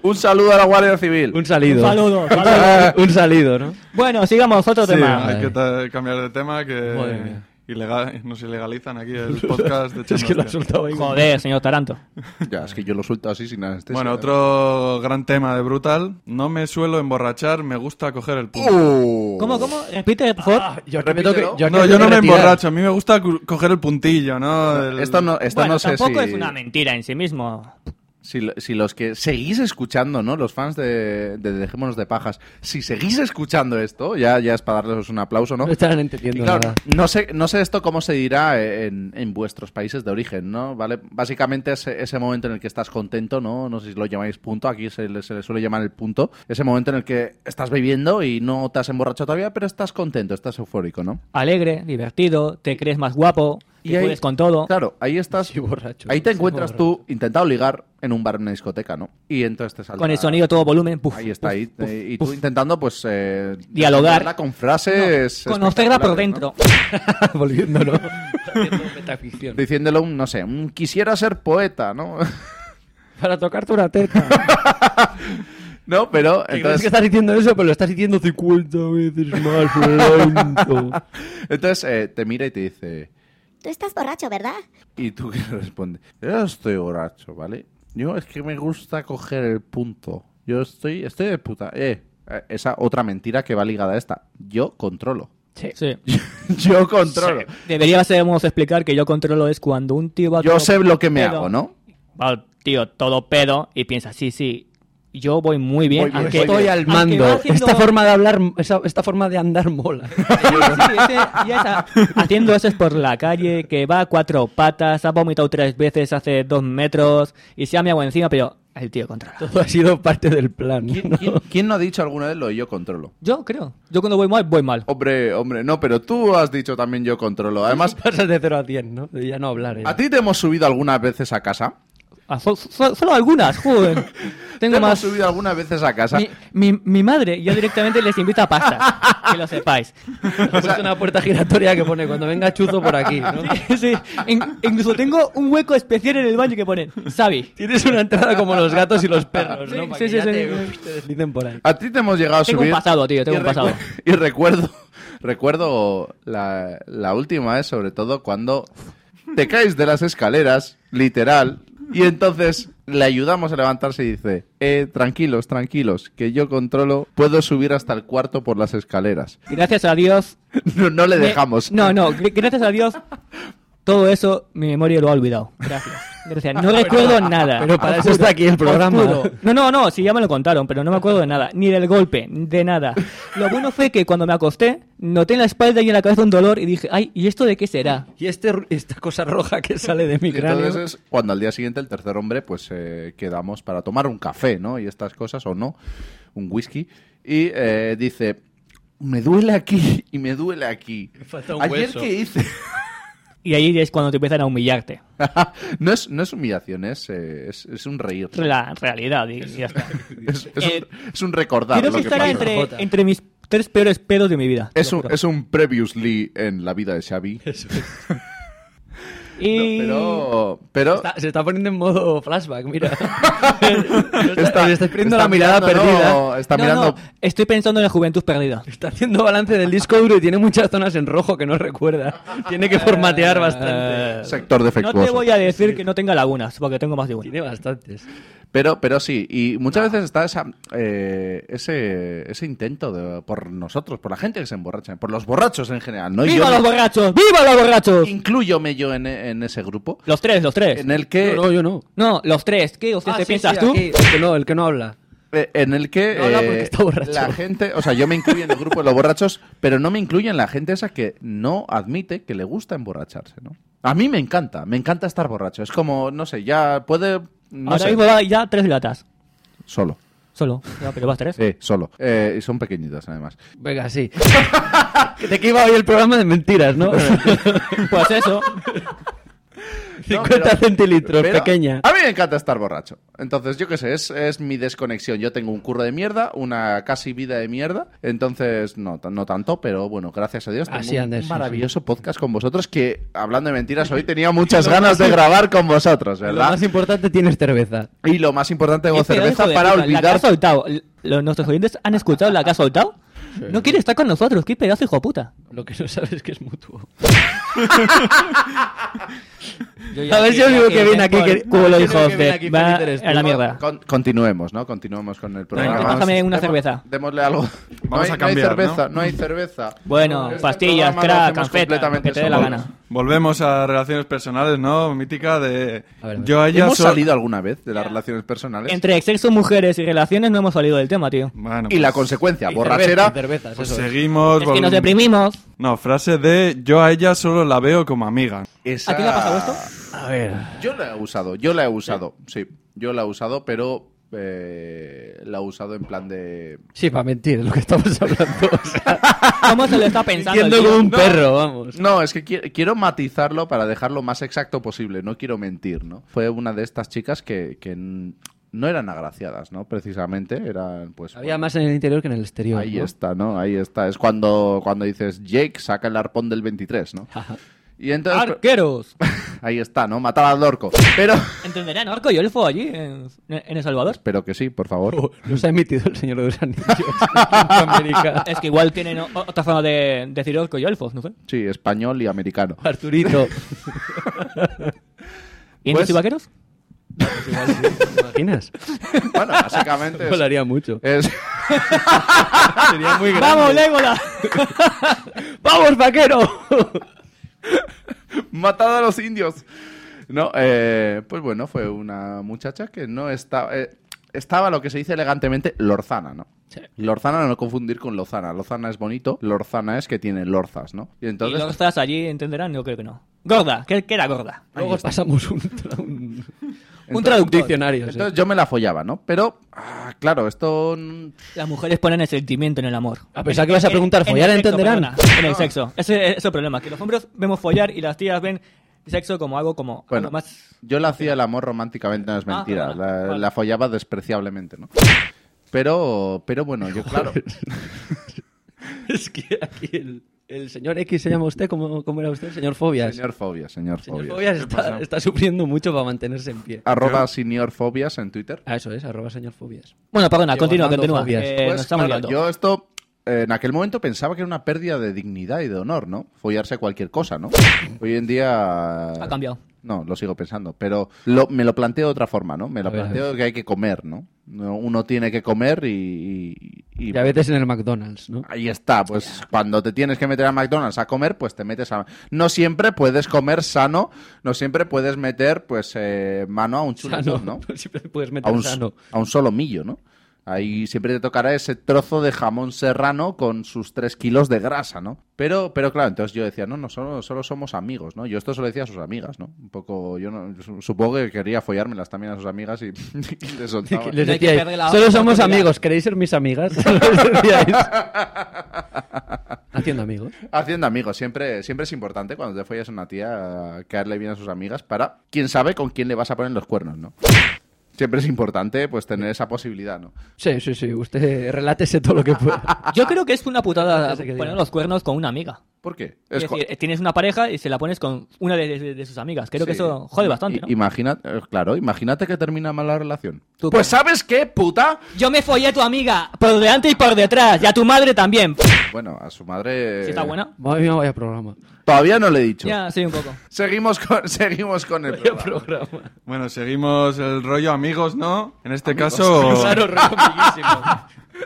un saludo a la Guardia Civil.
Un salido.
Un saludo,
Un
saludo.
sal-
[laughs]
Un salido, ¿no?
Bueno, sigamos, otro tema.
Hay que ta- cambiar de tema
Madre
que
mía.
ilegal, nos ilegalizan aquí
[laughs]
el podcast de
Es que lo ha
Channel.
soltado ahí.
Joder, señor Taranto.
Ya, es que yo lo suelto así sin este anestesia.
Bueno, otro gran tema de Brutal. No me suelo emborrachar, me gusta coger el punto.
Uh. Ah,
¿Cómo, cómo? Repite, por favor.
Yo aquí me tengo que-
Repítelo.
aquí
no, yo
tengo que
no me
retirar.
emborracho, a mí me gusta cu- coger el puntillo, ¿no? El-
Esto no, esto
bueno,
no sé
tampoco
si-
es una mentira en sí mismo.
Si, lo- si los que seguís escuchando, ¿no? Los fans de, de Dejémonos de Pajas, si seguís escuchando esto, ya, ya es para darles un aplauso, ¿no?
No estarán
Y
entendiendo
claro,
nada.
no sé, no sé esto cómo se dirá en, en vuestros países de origen, ¿no? ¿Vale? Básicamente ese, ese momento en el que estás contento, ¿no? No sé si lo llamáis punto, aquí se le, se le suele llamar el punto. Ese momento en el que estás bebiendo y no te has emborrachado todavía, pero estás contento, estás eufórico, ¿no?
Alegre, divertido, te crees más guapo. que puedes con todo.
Claro, ahí estás.
[laughs]
Sí, borracho.
ahí te
Sí,
encuentras tú intentando ligar en un bar, en una discoteca, ¿no? Y entonces te saldrá-
Con el sonido a todo volumen. puf,
Ahí está,
puf,
ahí,
puf,
eh, y
puf.
tú intentando, pues. eh,
Dialogar.
defenderla con frases.
No, conocerla por
espectaculares, ¿no?
dentro.
[laughs]
Volviéndolo. Haciendo metaficción.
Diciéndole un, no sé, un quisiera ser poeta, ¿no? [laughs]
Para tocarte una teta.
no, pero.
¿Te crees que
Entonces,
estás diciendo eso? Pero lo estás diciendo 50 veces más lento.
entonces eh, te mira y te dice.
Tú estás borracho, ¿verdad?
¿Y tú qué respondes? Yo estoy borracho, ¿vale? Yo es que me gusta coger el punto. Yo estoy, estoy de puta. Eh, eh, esa otra mentira que va ligada a esta. Yo controlo.
Sí.
Sí.
[laughs] Yo controlo.
Deberíamos explicar que yo controlo es cuando un tío va
Yo
todo
sé lo que me
pedo.
hago, ¿no?
Va, tío, todo pedo y piensa, sí, sí, yo voy muy bien.
Voy bien,
aunque
voy bien.
Estoy al
aunque
mando.
va haciendo-
Esta forma de hablar, esa- esta forma de andar mola.
Sí, sí, ese- ya está. Haciendo eso es por la calle, que va a cuatro patas, ha vomitado tres veces hace dos metros y se ha meado encima, pero el tío controla.
Todo [laughs] ha sido parte del plan.
¿Quién,
¿no?
quién- quién [laughs] no ha dicho alguna vez lo de yo controlo?
Yo creo. Yo cuando voy mal, voy mal.
Hombre, hombre, no, pero tú has dicho también yo controlo. Además,
Pasas de 0 a 100, ¿no? De ya no hablar. ¿eh?
¿a ti te hemos subido algunas veces a casa?
Ah, so- so- solo algunas,
[laughs]
joder.
¿Te
Tengo
hemos
más.
subido algunas veces a casa?
Mi, mi- mi madre, yo directamente les invito a pastas, que lo
[laughs]
sepáis. Pues
Es una puerta giratoria que pone cuando venga Chuzo por aquí, [laughs] ¿no?
Sí, in- incluso tengo un hueco especial en el baño que ponen, Xavi.
Tienes una entrada como los gatos y los perros, ¿no?
Sí,
Pa'
sí,
que
sí,
ya
sí,
te,
sí.
te deslicen por ahí.
A ti te hemos llegado a
Tengo un
subir.
pasado, tío, tengo
Y
un pasado.
recu- [laughs] Y recuerdo, recuerdo la, la última vez, sobre todo cuando te caes de las escaleras, literal, y entonces le ayudamos a levantarse y dice: eh, tranquilos, tranquilos, que yo controlo, puedo subir hasta el cuarto por las escaleras. [laughs]
Gracias a Dios.
No, no le
me-
dejamos.
No, no, gr- gracias a Dios. Todo eso, mi memoria lo ha olvidado. Gracias. Gracias.
[laughs]
No recuerdo nada.
Pero para
Os
eso
juro,
está aquí el
os
programa.
juro. No, no, no, sí, ya me lo contaron, pero no me acuerdo de nada. Ni del golpe, de nada. Lo bueno fue que cuando me acosté, noté en la espalda y en la cabeza un dolor y dije, ay, ¿y esto de qué será?
Y este, ru- esta cosa roja que sale de mi
Y
cráneo.
entonces es cuando al día siguiente el tercer hombre, pues eh, quedamos para tomar un café, ¿no? Y estas cosas, o no, un whisky. Y eh, dice, me duele aquí [laughs] y me duele aquí.
falta un
Ayer
hueso.
que hice... [laughs]
Y ahí es cuando te empiezan a humillarte.
no, es, no es humillación, es, eh, es, es un reír.
La realidad y, y ya está.
Es, es
Eh,
un, es un recordar
Creo
lo
que
que
estará
pasó.
entre, entre mis tres peores pedos de mi vida.
Es un,
Yo creo.
es un previously en la vida de
[laughs]
Xavi.
Y...
No, pero... pero
Está- se está poniendo en modo flashback, [laughs] mira.
[laughs] está-
está perdiendo
está
la mirada
mirando,
perdida.
no, está
No,
mirando...
no, estoy pensando en la juventud
[laughs]
perdida.
Está haciendo balance del disco duro y tiene muchas zonas en rojo que no recuerda. Tiene que formatear bastante.
Sector
No
defectuoso.
te voy a decir que no tenga lagunas, porque tengo más de una.
Tiene bastantes.
Pero, pero sí, y muchas veces está esa, eh, ese, ese intento de- por nosotros, por la gente que se emborracha, por los borrachos en general, ¿no? Y
¡Viva
yo
los
me-
borrachos! ¡Viva los borrachos!
incluyóme yo en, en ese grupo,
Los tres, los tres.
en el que,
No, no, yo no.
No, los tres. ¿Qué usted te piensas tú?
Ah, aquí, el que no, el que no habla.
eh, en el que
No habla porque
eh,
está borracho.
la gente, o sea, yo me incluyo en el grupo de los borrachos, pero no me incluyo en la gente esa que no admite que le gusta emborracharse, ¿no? A mí me encanta, me encanta estar borracho. Es como, no sé, ya puede, no
Ahora
sé,
mismo va ya tres latas.
solo,
Solo. Ya, pero vas tres.
eh, solo, Eh, y son pequeñitas además.
Venga, sí. [laughs] ¿De qué iba hoy el programa de mentiras, no?
[laughs] Pues eso.
50
pero-
centilitros,
pero
pequeña.
A mí me encanta estar borracho. Entonces, yo qué sé, es, es mi desconexión. Yo tengo un curro de mierda, una casi vida de mierda. Entonces, no, tan- no tanto, pero bueno, gracias a Dios. Tengo
Así,
un
Ander, sí,
maravilloso podcast con vosotros que, hablando de mentiras,
[laughs]
hoy tenía muchas ganas de grabar con vosotros,
Lo
¿verdad?
más importante, tienes cerveza.
Y lo más importante, tengo
Este hijo
cerveza
de
para
puta, La que
olvidar.
has soltado. Los- ¿Nuestros oyentes han escuchado la que has soltado? No quiere estar con nosotros. ¡Qué pedazo, hijo de puta!
Lo que no sabes es que
[laughs]
es mutuo.
Yo
A ver si os digo que viene aquí, que-
Culo,
Yo
hijos
creo que viene aquí
de... Va
Felipe eres tú,
a la
¿no?
mierda.
Con- continuemos, ¿no? Continuemos con el programa.
Venga,
pásame una
Demo-
cerveza.
Démosle algo. [laughs] no
Vamos
hay,
a cambiar,
No hay cerveza,
¿no?
no, hay cerveza.
Bueno,
Este
pastillas,
programa lo
crack,
hacemos
anfeta, lo
completamente
que te dé la
solos.
gana.
Volvemos a relaciones personales, ¿no? Mítica de...
A ver, a ver.
Yo a ella
¿Hemos
so-
salido alguna vez de las relaciones personales?
Entre sexo, mujeres y relaciones no hemos salido del tema, tío.
Bueno,
Y la
pues-
consecuencia,
Y
borrachera.
cerveza, y cervezas,
pues
eso es.
Es
seguimos...
que nos
volvemos-
deprimimos.
No, frase de yo a ella solo la veo como amiga.
Esa-
¿A ti le ha pasado esto?
A ver.
Yo la he usado, yo la he usado, sí. Yo la he usado, pero eh, la ha usado en plan de...
Sí, para mentir, es lo que estamos hablando. O sea,
[laughs] ¿Cómo se lo está pensando? el
mintiendo como
tío?
un perro, vamos.
No, es que qui- quiero matizarlo para dejarlo más exacto posible, no quiero mentir, ¿no? Fue una de estas chicas que, que n- no eran agraciadas, ¿no? Precisamente, eran pues...
Había
bueno,
más en el interior que en el exterior.
Ahí
¿no?
está, ¿no? Ahí está. Es cuando, cuando dices, Jake saca el arpón del 23,
[laughs]
¿no? Y entonces...
Arqueros.
[laughs] Ahí está, ¿no? Matar al orco.
[laughs]
Pero...
¿Entenderán orco y elfo allí en, en El Salvador?
Espero que sí, por favor.
Oh, Los ha emitido el Señor de
[laughs]
los Anillos. en América.
Es que igual tienen o- otra forma de decir orco y elfos, no sé.
Sí, español y
[laughs]
americano.
Arturito.
¿Indios
Pues-
[laughs] y vaqueros?
¿Te imaginas?
Bueno, básicamente es-
Volaría mucho. [laughs]
es...
Sería muy
¡Vamos, Legolas!
[laughs] ¡Vamos, vaquero!
Matado a los indios. No, eh, pues bueno, fue una muchacha que no estaba. eh, estaba lo que se dice elegantemente lorzana, ¿no? Lorzana no confundir con lozana. Lozana es bonito, lorzana es que tiene lorzas, ¿no? Y
Y
entonces.
luego estás allí, ¿entenderán? Yo creo que no. Gorda, ¿qué, qué era gorda?
Luego pasamos un, tra- un-
Un traductor.
diccionario. sí.
Entonces yo me la follaba, ¿no? Pero, ah, claro, esto. mm,
Las mujeres ponen el sentimiento Ah, en el amor.
A pesar que vas a preguntar, ¿follar
el sexo,
entenderán?
perdona, En el sexo. Ese ese es el problema, que los hombres vemos follar y las tías ven sexo como algo como
Bueno,
algo más...
yo la hacía el amor románticamente, no es mentira.
vale,
la,
Ah, vale.
la follaba despreciablemente, ¿no? Pero, pero bueno, yo, claro.
[laughs] Es que aquí el, el señor X se llama usted, ¿cómo, cómo era usted? El señor Fobias.
Señor fobia, señor
Señor
fobia.
Fobias está, está sufriendo mucho para mantenerse en pie.
Arroba señor fobias en Twitter.
Ah, eso es, arroba señor Fobias.
Bueno, perdona,
Yo
continúa,
mandando
continúa.
fobias.
Eh,
Pues,
nos estamos
claro,
liando.
yo esto eh, en aquel momento pensaba que era una pérdida de dignidad y de honor, ¿no? Follarse cualquier cosa,
[coughs]
¿no? Hoy en día...
Ha cambiado.
No, lo sigo pensando, pero lo- me lo planteo de otra forma, ¿no? Me lo
A ver, a
planteo que hay que comer, ¿no? No, Uno tiene que comer y... y- y-
Diabetes en el McDonald's, ¿no?
Ahí está, pues cuando te tienes que meter a McDonald's a comer, pues te metes a... No siempre puedes comer sano, no siempre puedes meter, pues, eh, mano a un chuletón, ¿no?
[laughs] Siempre puedes
a
meter
un,
sano.
a un solo millo, ¿no? Ahí siempre te tocará ese trozo de jamón serrano con sus tres kilos de grasa, ¿no? Pero, pero claro, entonces yo decía, no, no, solo, solo somos amigos, ¿no? Yo esto se lo decía a sus amigas, ¿no? Un poco, yo no- su- supongo que quería follármelas también a sus amigas y, [laughs] y les soltaba.
[laughs] Les
No hay que
decíais,
perder la
solo somos
oportunidad".
amigos, ¿queréis ser mis amigas? [laughs] Les
[laughs]
decíais. Haciendo amigos.
Haciendo amigos, siempre, siempre es importante cuando te follas a una tía eh, caerle bien a sus amigas para quién sabe con quién le vas a poner los cuernos, ¿no? Siempre es importante pues tener esa posibilidad, ¿no?
Sí, sí, sí, usted relátese todo lo que pueda.
Yo creo que es una putada
Ya sé Ah, que
poner
diga.
los cuernos con una amiga.
¿Por qué?
Es
cua-
decir, eh, tienes una pareja y se la pones con una de, de- de sus amigas. Creo que
Sí.
eso jode bastante,
I-
¿no?
imagina- eh, claro, imagínate que termina mal la relación.
Tú,
pues ¿sabes qué, puta?
Yo me follé a tu amiga por delante y por detrás y a tu madre también.
Bueno, a su madre...
Si está buena.
Madre mía, vaya programa.
Todavía no le he dicho.
Ya, sí, un poco.
Seguimos con, [laughs] seguimos con
[laughs]
el programa.
programa.
Bueno, seguimos el rollo amigos, ¿no? En este caso...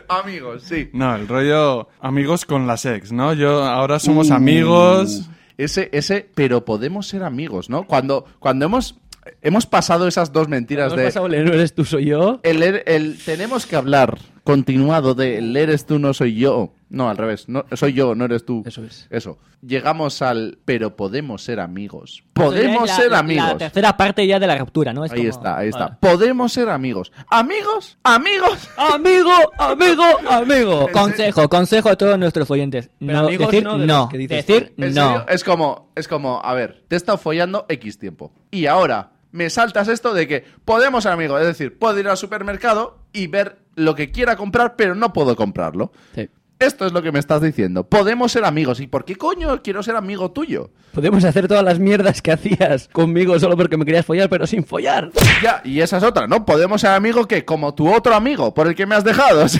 Amigos, sí.
No, el rollo amigos con las ex, ¿no? Yo ahora somos
Uh.
amigos...
Ese, ese, pero podemos ser amigos, ¿no? Cuando, cuando hemos, hemos pasado esas dos mentiras
¿No
de...
pasado el no eres tú, soy yo?
El, er- el tenemos que hablar continuado de el eres tú, no soy yo. No, al revés. No, soy yo, no eres tú.
Eso es.
Eso. Llegamos al pero podemos ser amigos.
Eso
Podemos
ya es
ser
la-
amigos.
La tercera parte ya de la ruptura, ¿no? Es
Ahí
como-
está, ahí está.
Vale.
Podemos ser amigos. ¿Amigos? ¿Amigos?
Ah.
Amigo, amigo, amigo.
Consejo, consejo a todos nuestros oyentes.
Pero
no,
amigos
decir
no
no,
de los que dices tú.
decir
¿En
no.
serio? Es como, es como, a ver, te he estado follando X tiempo. Y ahora me saltas esto de que podemos ser amigos. Es decir, puedo ir al supermercado y ver lo que quiera comprar, pero no puedo comprarlo.
Sí.
Esto es lo que me estás diciendo. Podemos ser amigos. ¿Y por qué coño quiero ser amigo tuyo?
Podemos hacer todas las mierdas que hacías conmigo solo porque me querías follar, pero sin follar.
Ya, y esa es otra, ¿no? Podemos ser amigos que como tu otro amigo por el que me has dejado. [laughs]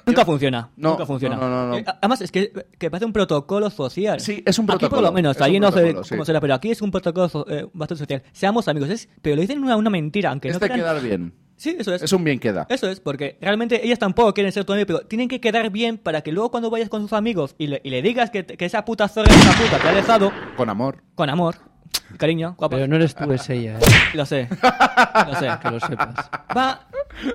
O sea,
Nunca funciona.
No,
nunca funciona.
no, no, no, no.
Eh, Además, es que, que parece un protocolo social.
Sí, es un
Aquí por
protocolo,
lo menos,
es un
allí no sé
protocolo, sí.
cómo será, pero aquí es un protocolo so- eh, bastante social. Seamos amigos, es- pero lo dicen una, una mentira, aunque
es
no
de
crean-
quedar bien.
Sí, eso es.
Es un bien queda.
Eso es, porque realmente ellas tampoco quieren ser tu amigo, pero tienen que quedar bien para que luego cuando vayas con sus amigos y le, y le digas que, que esa puta zorra es una puta te ha dejado
Con amor.
con amor, cariño, guapo.
Pero no eres tú, es ella, ¿eh?
Lo sé, lo sé.
[laughs] que lo sepas.
Va,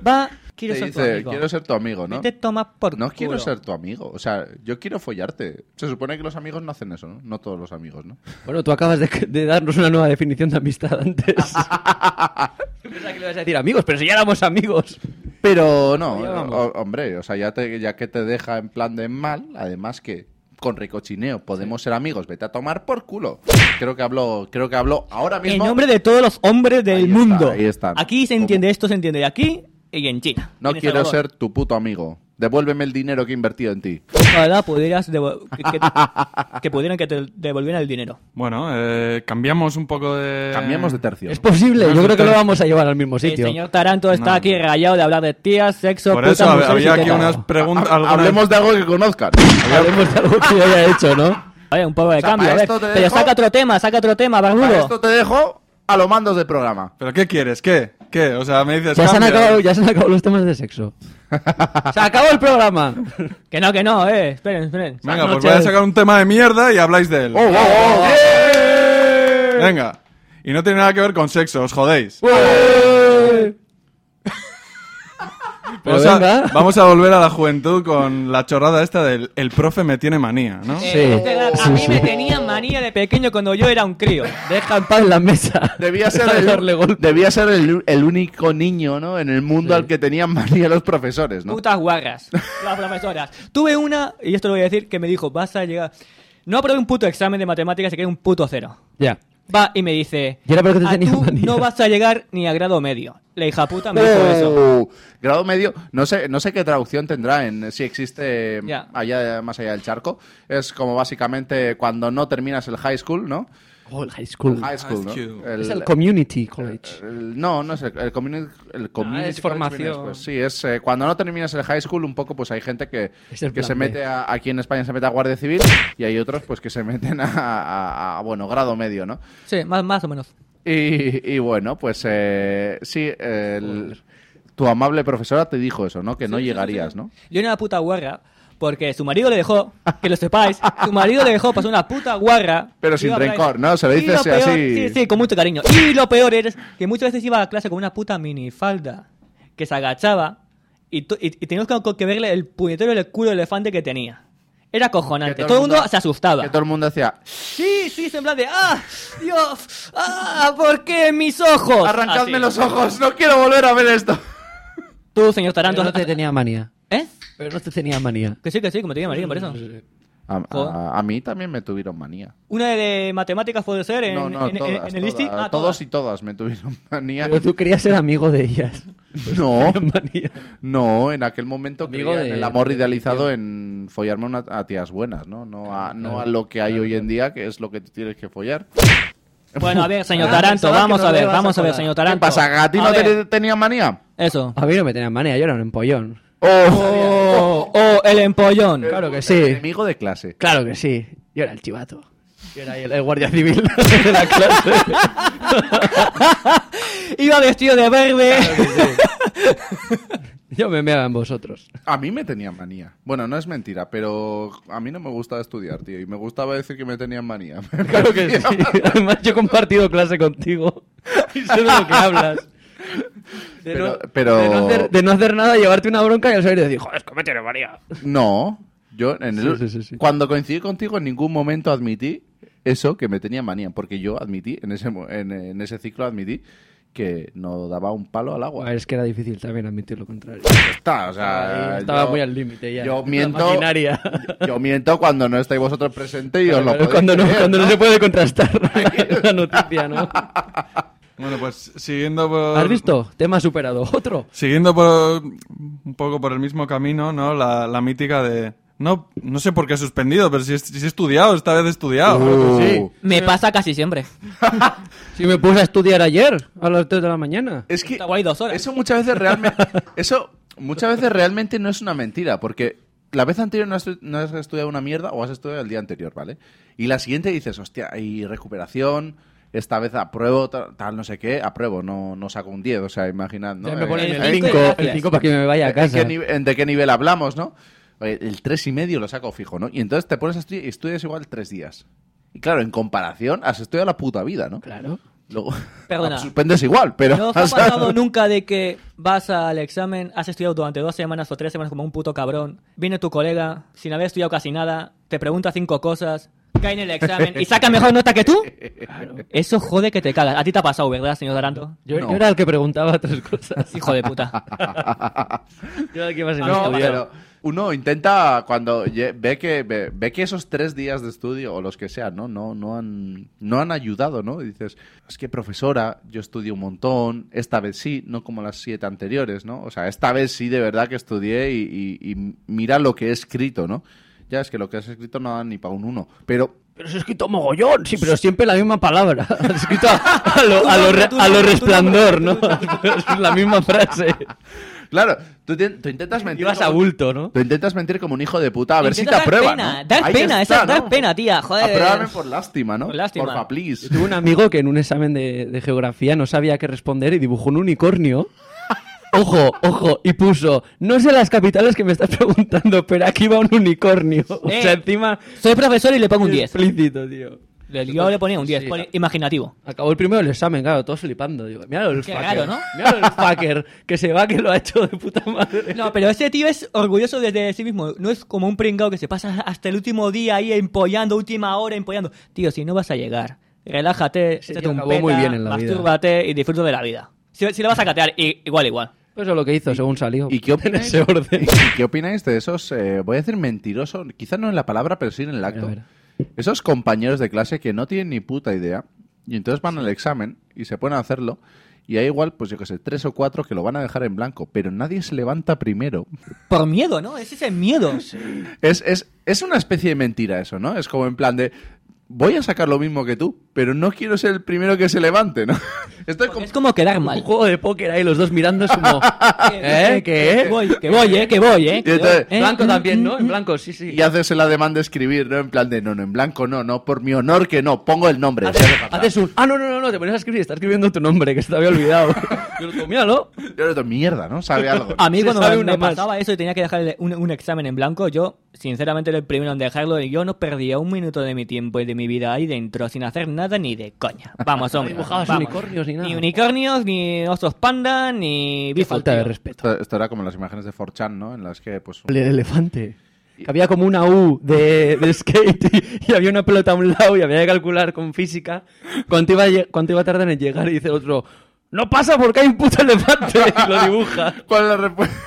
va, quiero
Te
ser tu
dice,
amigo.
quiero ser tu amigo, ¿no?
Te toma por
No quiero
culo.
ser tu amigo. O sea, yo quiero follarte. Se supone que los amigos no hacen eso, ¿no? No todos los amigos,
[laughs]
¿no?
Bueno, tú acabas de, de darnos una nueva
[laughs]
definición de amistad antes. Yo pensaba que le ibas a decir amigos, pero si ya éramos amigos.
Pero no,
Ya vamos.
o- hombre, o sea, ya, te- ya que te deja en plan de mal, además que con ricochineo podemos ser amigos, vete a tomar por culo. Creo que hablo, creo que hablo ahora mismo.
En nombre de todos los hombres del
Ahí está,
mundo.
ahí está.
Aquí se entiende esto, se entiende aquí y en China.
No
En El
quiero
Salvador.
ser tu puto amigo. Devuélveme el dinero que he invertido en ti.
Ojalá pudieras devo- que, que- que pudieran que te devolvieran el dinero.
Bueno, eh, cambiamos un poco de.
Cambiamos de tercio.
Es posible, yo creo que lo vamos a llevar al mismo
El
sitio.
señor Taranto está
No.
aquí rayado de hablar de tías, sexo,
Por eso
putas,
hab-
mujeres
había
y
aquí
tetas.
unas preguntas.
Ha-
algunas-
Hablemos de algo que conozcan.
Hablemos de algo que yo haya hecho, ¿no?
Oye, un poco de
sea,
cambio,
para
a ver.
esto te
Pero
dejo-
saca otro tema, saca otro tema,
Para
barbudo. [laughs]
esto te dejo a los mandos del programa.
¿Pero qué quieres? ¿Qué? ¿Qué? O sea, me dices.
Ya se, han
cambia.
acabado, ya se han acabado los temas de sexo. ¡Se acabó el programa!
Que no, que no, eh. Esperen, esperen.
Venga, pues voy
Noches.
a sacar un tema de mierda y habláis de él.
¡Oh, oh, oh!
Venga. Y no tiene nada que ver con sexo, os jodéis.
Pero
[laughs] Vamos a,
venga.
vamos a volver a la juventud con la chorrada esta del el profe me tiene manía, ¿no?
Sí.
Eh, este era- a
Sí,
mí
sí.
me tenía manía de pequeño cuando yo era un crío.
Deja en paz la mesa. [laughs]
Debía ser,
Para darle
el,
golpe.
debía ser el, el único niño ¿no? en el mundo al que tenían [laughs] manía los profesores. ¿no?
Putas
[laughs]
guarras. Las profesoras. Tuve una, y esto lo voy a decir, que me dijo, vas a llegar... No aprobé un puto examen de matemáticas y quedé un puto cero.
Ya.
Va y me dice,
Y era porque te
"A
tenía [laughs]
tú
manía".
no vas a llegar ni a grado medio. La hija puta me dijo
¡Eh!
eso.
Oh, Grado medio, no sé, no sé qué traducción tendrá en si existe
Ya.
allá más allá del charco. Es como básicamente cuando no terminas el high school, ¿no?
Oh, el high school.
El high school, ¿no?
school.
Es el community college.
el- no, no es el, el community, el community
Ah, es
college
formación.
viene después. Sí, es eh, cuando no terminas el high school, un poco, pues hay gente que,
Es el
que
plan
se
B.
mete a- aquí en España se mete a Guardia Civil y hay otros pues que se meten a, a- a, bueno grado medio, ¿no?
Sí, más, más o menos.
Y, y bueno, pues eh, sí, el- tu amable profesora te dijo eso, ¿no? Que no llegarías, ¿no?
Yo era una puta guarra porque su marido le dejó, que lo sepáis, su marido le dejó pasó una puta guarra.
Pero sin
Iba por ahí.
rencor, ¿no? Se lo
Y
dices
peor-
así.
Sí, sí, con mucho cariño. Y lo peor es que muchas veces iba a clase con una puta minifalda que se agachaba y, to- y, y teníamos que, que verle el puñetero en el culo de elefante que tenía. Era cojonante.
Que
Todo, el mundo, se asustaba.
Que todo el mundo decía,
Sí, sí, es en plan de ¡Ah! ¡Dios! ¡Ah! ¿Por qué mis ojos?
arrancadme
Así.
los ojos, no quiero volver a ver esto.
Tú, señor Taranto.
Pero Ah, no te tenía manía.
¿Eh?
Pero no te tenía manía.
Que sí, que sí, como te digo, marido, por eso.
A,
Joder.
a- a mí también me tuvieron manía.
Una de matemáticas puede ser en,
no, no,
en- en-
todas,
en el
todas.
listing. Ah,
Todos
todas.
y todas me tuvieron [laughs] manía.
Pero tú querías ser amigo de ellas. [laughs]
No,
Manía.
no, en aquel momento
Amigo
creía en
de-
el amor
de-
idealizado en follarme una- a tías buenas, ¿no? No a, no a lo que hay hoy en día, que es lo que te tienes que follar.
Bueno, a ver, señor
Ah,
Taranto,
pensaba que
vamos
no
a
le
ver,
ibas a
vamos a ver,
colar.
señor
¿Qué
¿Qué
Taranto.
pasa? ¿A ti
A
no te-
ver,
tenía manía?
Eso.
A mí no me tenían manía, yo era un empollón.
Oh, oh, el empollón.
Claro que sí.
Enemigo de clase.
Claro que sí. Yo era el chivato. Yo era el, el guardia civil [laughs] de la clase.
[laughs] Iba vestido de verde.
Yo me meaba en vosotros.
A mí me tenían manía. Bueno, no es mentira, pero a mí no me gustaba estudiar, tío. Y me gustaba decir que me tenían manía. [laughs]
Claro que sí. [laughs] Además, yo he compartido clase contigo. [laughs] Y sé de lo que hablas. De,
Pero- pero-
de no hacer, de no hacer nada, llevarte una bronca y al salir decir, joder, es que me tiene María.
No, yo en el-
Sí, sí, sí, sí.
cuando coincidí contigo en ningún momento admití eso que me tenía manía, porque yo admití en ese mo- en, en ese ciclo admití que no daba un palo al agua.
es que era difícil también admitir lo contrario.
Está, o sea,
Ahí estaba
yo-
muy al límite ya.
Ah, Yo
La
miento.
maquinaria.
Yo, yo miento cuando no estáis vosotros presentes y os lo
Pero
podéis
[laughs] cuando, no,
creer,
cuando no
¿no?
se puede contrastar [laughs]
[laughs]
la noticia, ¿no?
Bueno, pues siguiendo por.
¿Has visto? Tema superado. Otro.
Siguiendo por un poco por el mismo camino, ¿no? La, la mítica de. No, no sé por qué he suspendido, pero si he, si he estudiado, esta vez he estudiado.
Uh,
Me pasa casi siempre.
Si me puse a estudiar ayer, a las 3 de la mañana.
Es que
Está guay dos horas.
eso muchas veces
[laughs]
realmente eso muchas veces realmente no es una mentira porque la vez anterior no has, no has estudiado una mierda o has estudiado el día anterior, ¿vale? Y la siguiente dices, hostia, hay recuperación, esta vez apruebo, ta- tal, no sé qué, apruebo, no, no saco un 10, o sea, imaginad, ¿no?
Ya
Eh,
me ponen
eh,
el 5
gracias.
el cinco para que me vaya a
¿En
casa.
qué nive- en de qué nivel hablamos, ¿no? Oye, El tres y medio lo saco fijo, ¿no? Y entonces te pones a estudiar y estudias igual tres días. Y claro, en comparación, has estudiado la puta vida, ¿no?
Claro.
Luego, [laughs]
Perdona.
suspendes igual, pero...
¿No os ha
o sea,
pasado nunca de que vas al examen, has estudiado durante dos semanas o tres semanas como un puto cabrón, viene tu colega sin haber estudiado casi nada, te pregunta cinco cosas, cae en el examen y saca mejor nota que tú. Eso jode que te cagas. A ti te ha pasado, ¿verdad, señor Daranto?
Yo, yo era el que preguntaba tres cosas.
Hijo de puta.
[laughs] Yo era el que más
No,
estudiaba.
pero uno intenta cuando ye- ve que ve, ve que esos tres días de estudio o los que sean, ¿no? No, no han no han ayudado, ¿no? Y dices, es que profesora, yo estudié un montón, esta vez sí, no como las siete anteriores, ¿no? O sea, esta vez sí de verdad que estudié y, y- y mira lo que he escrito, ¿no? Ya es que lo que has escrito no da ni para un uno. Pero
Pero se ha escrito mogollón, sí, pero siempre la misma palabra. Ha escrito a, a lo, a lo re-
Tu
a lo
nombre, tu
resplandor, ¿no? Es la misma frase.
claro, tú, te- tú intentas mentir.
Ibas a
como-
bulto, ¿no? [laughs]
Tú intentas mentir como un hijo de puta a ver si te
Intentas dar
aprueban.
pena,
¿no?
dar
Ahí
pena,
está,
esa es dar
¿no?
pena, tía, joder.
Apruébame por lástima, ¿no?
Por lástima.
Porfa, please.
Tuve un amigo que en un examen de, de geografía no sabía qué responder y dibujó un unicornio. Ojo, ojo, y puso, no sé las capitales que me estás preguntando, pero aquí va un unicornio. [laughs] O
Eh,
sea, encima...
Soy profesor y le pongo un 10.
Explícito, tío.
Yo le ponía un 10,
Sí.
pone imaginativo.
Acabó el primero el examen, claro, todos flipando. Digo, míralo el
Qué
fucker.
raro, ¿no?
Míralo el fucker, que se va, que lo ha hecho de puta madre.
[laughs] No, pero ese tío es orgulloso desde sí mismo. No es como un pringao que se pasa hasta el último día ahí empollando, última hora empollando. Tío, si no vas a llegar, relájate,
Ese
échate
tío
un
acabó muy
peta,
bien en la vida.
mastúrbate y disfruta de la vida. Si, si la vas a catear, i- igual, igual.
Eso es lo que hizo, según salió.
¿Y qué opináis?
En ese orden.
¿Y qué opináis de esos, eh, voy a decir mentirosos, quizá no en la palabra, pero sí en el acto?
A ver.
Esos compañeros de clase que no tienen ni puta idea y entonces van al examen y se ponen a hacerlo y hay igual, pues yo qué sé, tres o cuatro que lo van a dejar en blanco, pero nadie se levanta primero.
Por miedo, ¿no? Es ese miedo.
Es, es, es una especie de mentira eso, ¿no? Es como en plan de, voy a sacar lo mismo que tú, pero no quiero ser el primero que se levante, ¿no? [laughs] Estoy como...
Pues Es como quedar
Un
mal.
juego de póker ahí, los dos mirando es como... ¿Eh?
Que
¿Qué?
voy, que voy, eh, que voy, eh.
Y entonces-
[laughs] Eh,
Blanco
mm,
también, ¿no?
mm,
En
mm.
blanco, sí, sí.
Y haces la demanda de escribir, ¿no? En plan de, no, no, en blanco no, no, por mi honor que no, pongo el nombre.
Haces, haces un... Ah, no, no, no, no, te pones a escribir, está escribiendo tu nombre, que se te había olvidado. [laughs] Yo lo digo, míralo.
Yo le digo, mierda, ¿no? Sabe
[laughs]
algo.
A mí
Se
cuando
sabe
me,
una
me
más.
pasaba eso y tenía que dejar el- un, un examen en blanco, yo sinceramente era el primero en dejarlo y yo no perdía un minuto de mi tiempo y de mi vida ahí dentro sin hacer nada ni de coña.
[laughs]
Vamos, hombre.
dibujabas
vamos.
unicornios ni nada.
unicornios, ni osos panda, ni bifo.
falta de
tío. [laughs]
respeto.
Esto, esto era como las imágenes de 4chan, ¿no? En las que, pues...
El elefante. Que había como una U de, de skate y, y había una pelota a un lado y había que calcular con física cuánto iba, a lle- cuánto iba a tardar en llegar y dice el otro, no pasa porque hay un puto elefante y lo dibuja.
¿Cuál es la respuesta? [laughs]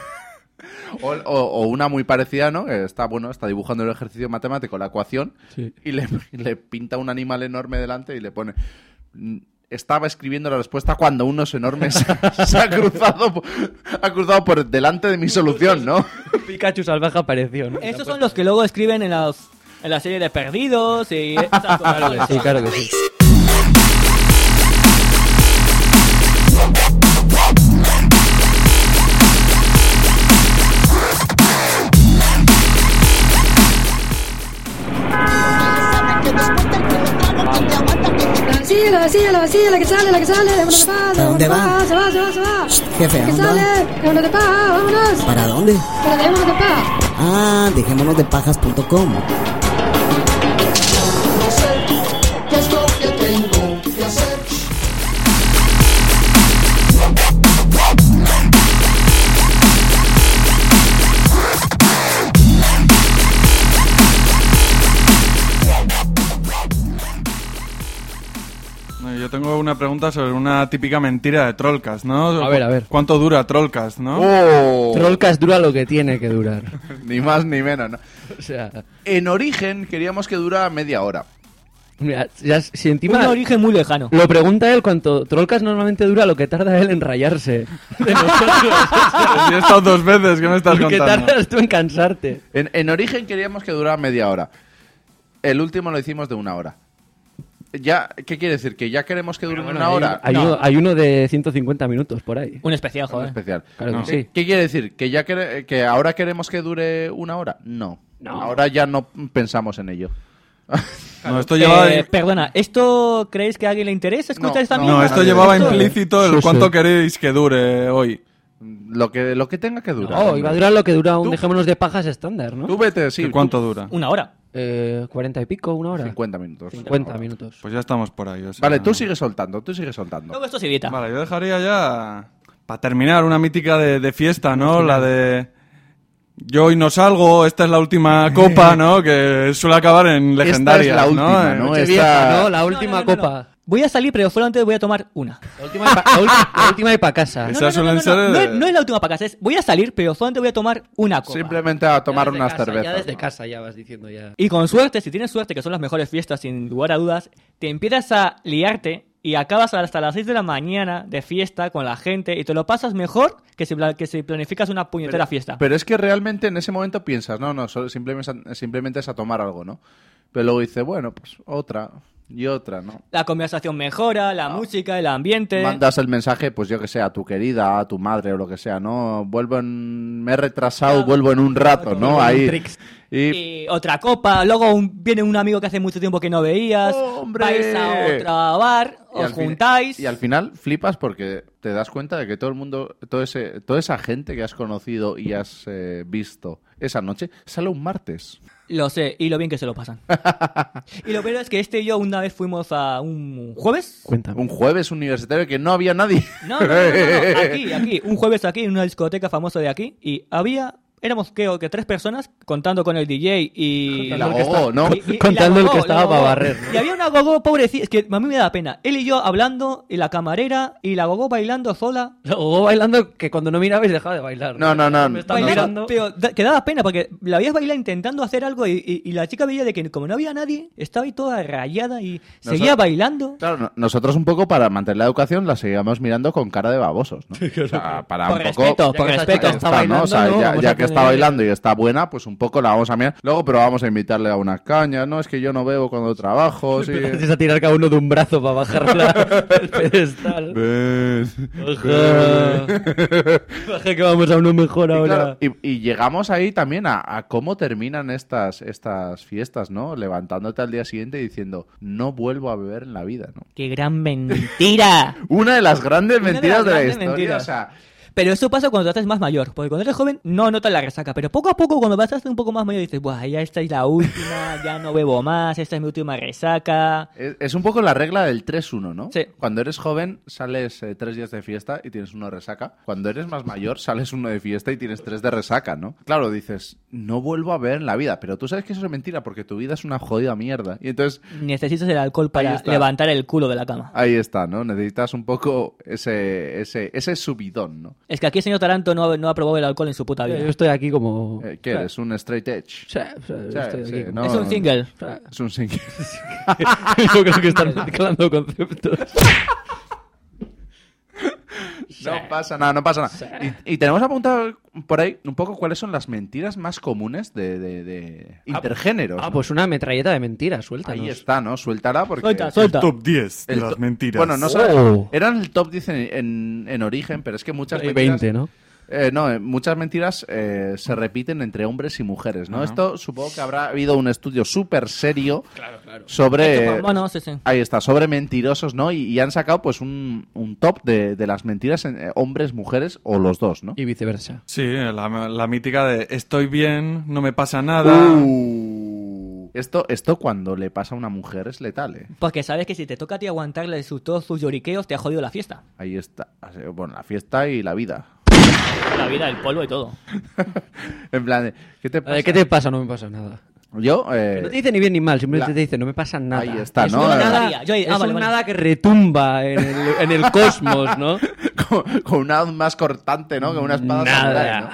O, o- o una muy parecida, ¿no? Que Está, bueno, está dibujando el ejercicio matemático, la ecuación,
Sí.
y le, y le pinta un animal enorme delante y le pone... "Mm, Estaba escribiendo la respuesta cuando unos enormes [laughs] se ha cruzado, por- ha cruzado por delante de mi solución, [laughs] ¿no?
Pikachu salvaje apareció, ¿no?
Esos son los que luego escriben en, las- en la serie de Perdidos y... esas cosas.
[laughs] Sí, claro que sí.
Síguela, síguela, síguela, que sale, la que sale. Vámonos,
¿a dónde va?
Se va, se va, se va.
Jefe, ¿a
Que
dónde va?
sale. Vámonos de paja, vámonos.
¿Para dónde?
Pero dejémonos de paja.
Ah, dejémonos de pajas.com.
No, Yo tengo una pregunta sobre una típica mentira de Trollcast, ¿no?
A ver, a ver. Uh.
¿Cuánto dura Trollcast, no?
¡Oh!
Trollcast dura lo que tiene que durar. [laughs]
Ni más ni menos, ¿no?
O sea,
En origen queríamos que dura media hora.
mira, ya, si encima...
Un origen muy lejano.
Lo pregunta él cuánto Trollcast normalmente dura lo que tarda él en rayarse. De nosotros.
Pues yo he estado dos veces, ¿qué me estás
Lo que
contando?
tardas tú en cansarte.
En, en origen queríamos que durara media hora. El último lo hicimos de una hora. Ya, ¿qué quiere decir? ¿Que ya queremos que dure una hora?
Hay,
No,
uno, hay uno de 150 minutos por ahí.
Un especial, joder.
especial.
Claro que
No.
sí.
¿Qué quiere decir? ¿Que ya quere- que ahora queremos que dure una hora? No.
No.
Ahora ya no pensamos en ello.
No, esto llevaba,
Eh, perdona, ¿esto creéis que a alguien le interesa?
No,
¿Escuchar esta
no,
no,
mierda?
esto
nadie-
llevaba
esto-
implícito el
Sí, sí.
cuánto queréis que dure hoy.
Lo que, lo que tenga que durar.
[laughs] Oh, iba a durar lo que dura un
Tú-
dejémonos de pajas estándar, ¿no?
Tú vete, sí.
¿Que ¿Cuánto dura?
Una hora.
Eh, 40 y pico, una hora.
50 minutos.
50 minutos. Ah.
Pues ya estamos por ahí. o sea-
Vale, tú sigues soltando, tú sigues soltando.
Luego esto se edita.
Vale, yo dejaría ya. Para terminar, una mítica de, de fiesta, ¿no? La de. yo hoy no salgo, esta es la última [laughs] copa, ¿no? Que suele acabar en
Esta
legendaria.
es la última, Ah, ¿no?
Eh,
Esta-
vieja, Ah, ¿no? La
No, no,
última
no, no, no.
copa.
Voy a salir, pero solamente voy a tomar una.
La última y pa- [laughs] la ulti- La última y
[laughs]
para casa.
Esas
no, no, no,
suelen
no, no, no,
ser-
no, no es la última para casa, es voy a salir, pero solamente voy a tomar una copa.
Simplemente a tomar
Ya desde
unas
casa,
cervezas.
Ya desde
¿no?
casa ya vas diciendo ya. [laughs]
Y con suerte, si tienes suerte, que son las mejores fiestas sin lugar a dudas, te empiezas a liarte y acabas hasta las 6 de la mañana de fiesta con la gente y te lo pasas mejor que si, pla- que si planificas una puñetera
[laughs]
fiesta.
Pero es que realmente en ese momento piensas, no, no, solo- simplemente, es a- simplemente es a tomar algo, ¿no? Pero luego dices, bueno, pues otra y otra, ¿no?
la conversación mejora, la música, el ambiente.
Mandas el mensaje, pues yo que sé, a tu querida, a tu madre o lo que sea, ¿no? Vuelvo en... Me he retrasado,
Claro.
vuelvo en un rato,
Vuelvo
¿no?
en
Ahí.
tricks.
Y...
Y otra copa, luego un- viene un amigo que hace mucho tiempo que no veías,
¡Hombre!
vais a otro bar,
y al
os
fin-
juntáis.
y al final flipas porque te das cuenta de que todo el mundo, todo ese, toda esa gente que has conocido y has eh, visto esa noche, sale un martes.
Lo sé, y lo bien que se lo
[laughs]
pasan. y lo peor es que este y yo una vez fuimos a un jueves.
Cuéntame.
Un jueves universitario que no había nadie.
Ah. No, no, no, no,
[laughs]
no, aquí, aquí, un jueves aquí, en una discoteca famosa de aquí, y había, éramos creo que tres personas, contando con el DJ y...
Y la gogo, ¿no?
y- y- y
Contando
la
el
gogo,
que
la
estaba
gogo.
para barrer, ¿no?
Y había una gogo pobrecita, es que a mí me da pena. Él y yo hablando, y la camarera, y la gogo bailando sola.
O bailando que cuando no mirabais dejaba de bailar.
No, no, no.
Me está
Bailando,
mirando.
Bailando, pero da- que daba pena porque la veías bailar intentando hacer algo y, y- y la chica veía de que como no había nadie, estaba ahí toda rayada y seguía bailando.
Claro, no- nosotros un poco para mantener la educación la seguíamos mirando con cara de babosos, ¿no? O sea, para
Por
un poco...
respeto,
Ya
por
que esa
respeto.
Ya
chica está
está, ¿no?
bailando,
O sea,
¿no?
ya,
Vamos
ya
a
que está
ponerle-
bailando y está buena, pues un poco la vamos a mirar. Luego, pero vamos a invitarle a unas cañas, ¿no? Es que yo no bebo cuando trabajo, sí.
Empezasteis a tirar cada uno de un brazo para bajar la- el pedestal.
Ven.
Baja. Baja que vamos a uno mejor
Y,
ahora.
claro, y- y llegamos ahí también a, a cómo terminan estas, estas fiestas, ¿no? Levantándote al día siguiente y diciendo, no vuelvo a beber en la vida, ¿no?
¡Qué gran mentira!
Una de las grandes
Una de las
mentiras de,
grandes
la historia.
mentiras.
O sea,
Pero eso pasa cuando te haces más mayor, porque cuando eres joven no notas la resaca, pero poco a poco cuando vas a hacer un poco más mayor dices, Buah, ya esta es la última, ya no bebo más, esta es mi última resaca.
es, es un poco la regla del 3-1, ¿no?
Sí.
Cuando eres joven sales eh, tres días de fiesta y tienes uno de resaca. Cuando eres más mayor [laughs] sales uno de fiesta y tienes tres de resaca, ¿no? Claro, dices, no vuelvo a beber en la vida, pero tú sabes que eso es mentira porque tu vida es una jodida mierda. Y entonces
Necesitas el alcohol
Ahí
para
está.
levantar el culo de la cama.
ahí está, ¿no? Necesitas un poco ese, ese, ese subidón, ¿no?
Es que aquí el señor Taranto no ha, no ha probado el alcohol en su puta
[laughs] Yo
vida.
estoy aquí como.
Eh, ¿Qué eres? ¿Un straight edge?
O sea, o sea, yo
Sí,
estoy
sí,
aquí como-
no.
eh, es un single.
Es un single.
Yo creo que están mezclando conceptos.
No pasa nada, no pasa nada. Y, y tenemos apuntado por ahí un poco cuáles son las mentiras más comunes de, de, de intergéneros.
Ah,
¿no?
pues una metralleta de mentiras, suéltanos.
ahí está, ¿no? Suéltala porque...
[laughs] Suelta, suelta.
Top 10 de
el
las
to-
mentiras.
Bueno, no
Oh.
solo- Eran el top 10 en, en- en origen, pero es que muchas
Hay
mentiras...
20, ¿no?
Eh, no, eh, muchas mentiras eh, se repiten entre hombres y mujeres, ¿no? Esto supongo que habrá habido un estudio súper serio sobre...
Hecho por monos, sí, sí.
Ahí está, sobre mentirosos, ¿no? Y, y han sacado pues un, un top de, de las mentiras en eh, hombres, mujeres o los dos, ¿no?
Y viceversa.
Sí, la, la mítica de estoy bien, no me pasa nada.
Uh. Esto, esto cuando le pasa a una mujer es letal, ¿eh?
Porque sabes que si te toca a ti aguantarle sus, todos sus lloriqueos, te ha jodido la fiesta.
Ahí está. Así, Bueno, la fiesta y la vida.
La vida, el polvo y todo.
En plan, de, ¿qué te
A
pasa?
ver, ¿qué te pasa? No me pasa nada.
Yo, eh,
No te dice ni bien ni mal, simplemente
la-
te dice no me pasa nada.
Ahí está,
es
¿no?
Un
Eh,
nada,
Yo- ah,
es
vale,
un
vale.
nada que retumba en el, en el cosmos, [laughs] ¿no?
[laughs] con, con una hoz más cortante, ¿no? Con una espada
Nada.
samurai, ¿no?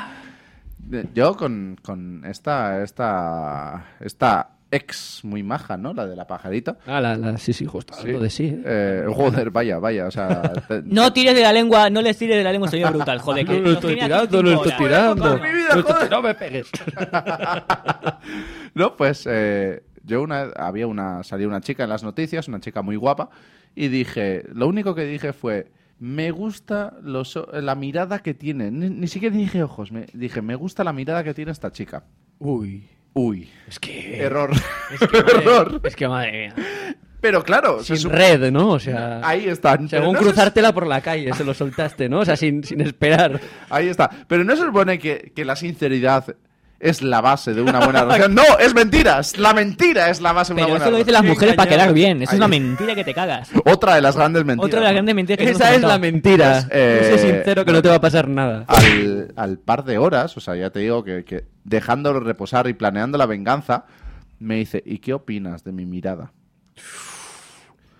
De- Yo con, con esta, esta, esta ex muy maja, ¿no? La de la pajarita.
Ah, la, la, sí, sí, justo.
Sí.
hablando de sí. ¿eh?
Eh, joder, vaya, vaya. O sea,
[laughs]
te-
No tires de la lengua, no les tires de la lengua, soy brutal, joder.
No [laughs] lo estoy tirando, no lo estoy tirando. No, estoy- no me pegues.
No, pues eh, yo una había una salió una chica en las noticias, una chica muy guapa y dije, lo único que dije fue me gusta los o- la mirada que tiene, ni, ni siquiera dije ojos, me dije, me gusta la mirada que tiene esta chica.
Uy.
Uy,
Es que.
error. [laughs]
Error.
error.
Es que madre mía.
Pero claro, se
Sin
sup-
red, ¿no? O sea.
[laughs] ahí está. pero
Según
no se-
cruzártela por la calle, se lo soltaste, ¿no? O sea, sin, sin esperar.
Ahí está. Pero no se supone que, que la sinceridad es la base de una buena relación. ¡No! ¡Es mentiras! ¡La mentira es la base de una
Pero
buena
eso lo dicen
relación!
las mujeres para
engañado.
quedar bien. Eso
Ahí.
es una mentira que te cagas.
Otra de las grandes mentiras.
Otra de las
¿no?
grandes mentiras que nos
Esa
hemos
es la
contado.
mentira.
Pues, eh,
No sé sincero que no te va a pasar nada.
al, al par de horas, o sea, ya te digo que, que dejándolo reposar y planeando la venganza, me dice, ¿y qué opinas de mi mirada?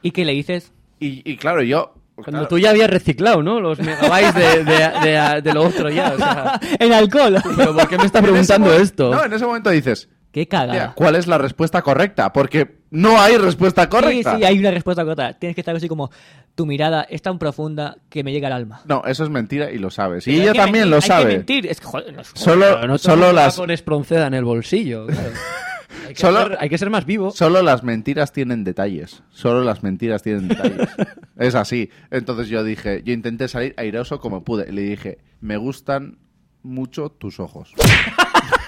¿Y qué le dices?
Y, y claro, yo...
Cuando
Pues claro,
tú ya habías reciclado, ¿no? Los megabytes de, de, de- de lo otro ya. O [laughs] sea,
El [laughs] alcohol.
¿pero ¿por qué me estás
en ese
preguntando
mo-
esto?
No, en ese momento dices,
Qué
"Tía,
cagada.
¿cuál es la respuesta correcta? Porque no hay respuesta correcta.
Sí, sí, hay una respuesta corta. Tienes que estar así como, tu mirada es tan profunda que me llega al alma.
No, eso es mentira y lo sabes. Y
Pero hay
ella
que
también
mentir,
lo
Hay que
sabe.
mentir. Es que, joder, no es-
Solo,
Pero no todo el
solo,
mundo va
las,
Con espronceda en el
[laughs]
bolsillo. claro. Hay, que
Solo-
ser, hay que ser más vivo.
solo las mentiras tienen detalles. Solo las mentiras tienen [laughs] detalles. es así. Entonces yo dije, yo intenté salir airoso como pude. Le dije, me gustan mucho tus ojos.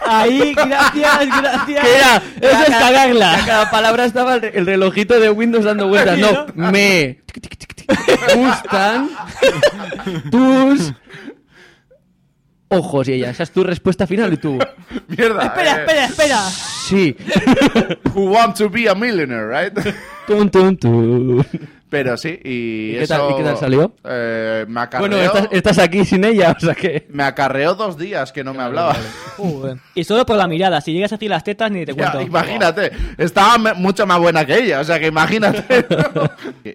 Ahí, gracias, gracias.
Que era-
Eso es
A
cagarla.
cada palabra estaba el, re- el relojito de Windows dando vueltas. No, me gustan tus ojos. Y ella, esa es tu respuesta final. Y tú,
[laughs] Mierda.
Espera,
eh.
espera, espera.
sí.
Who want to be a millionaire, right? [laughs]
Tum, tum, tum.
Pero sí, y,
¿Y qué tal-
eso,
y qué tal salió?
eh, me acarreó,
Bueno, estás, estás aquí sin ella, o sea que.
me acarreó dos días que no me hablaba.
Joder. Y solo por la mirada. Si llegas así las tetas, ni te
[laughs] Ya,
cuento.
imagínate, estaba me- mucho más buena que ella, o sea que [laughs] imagínate.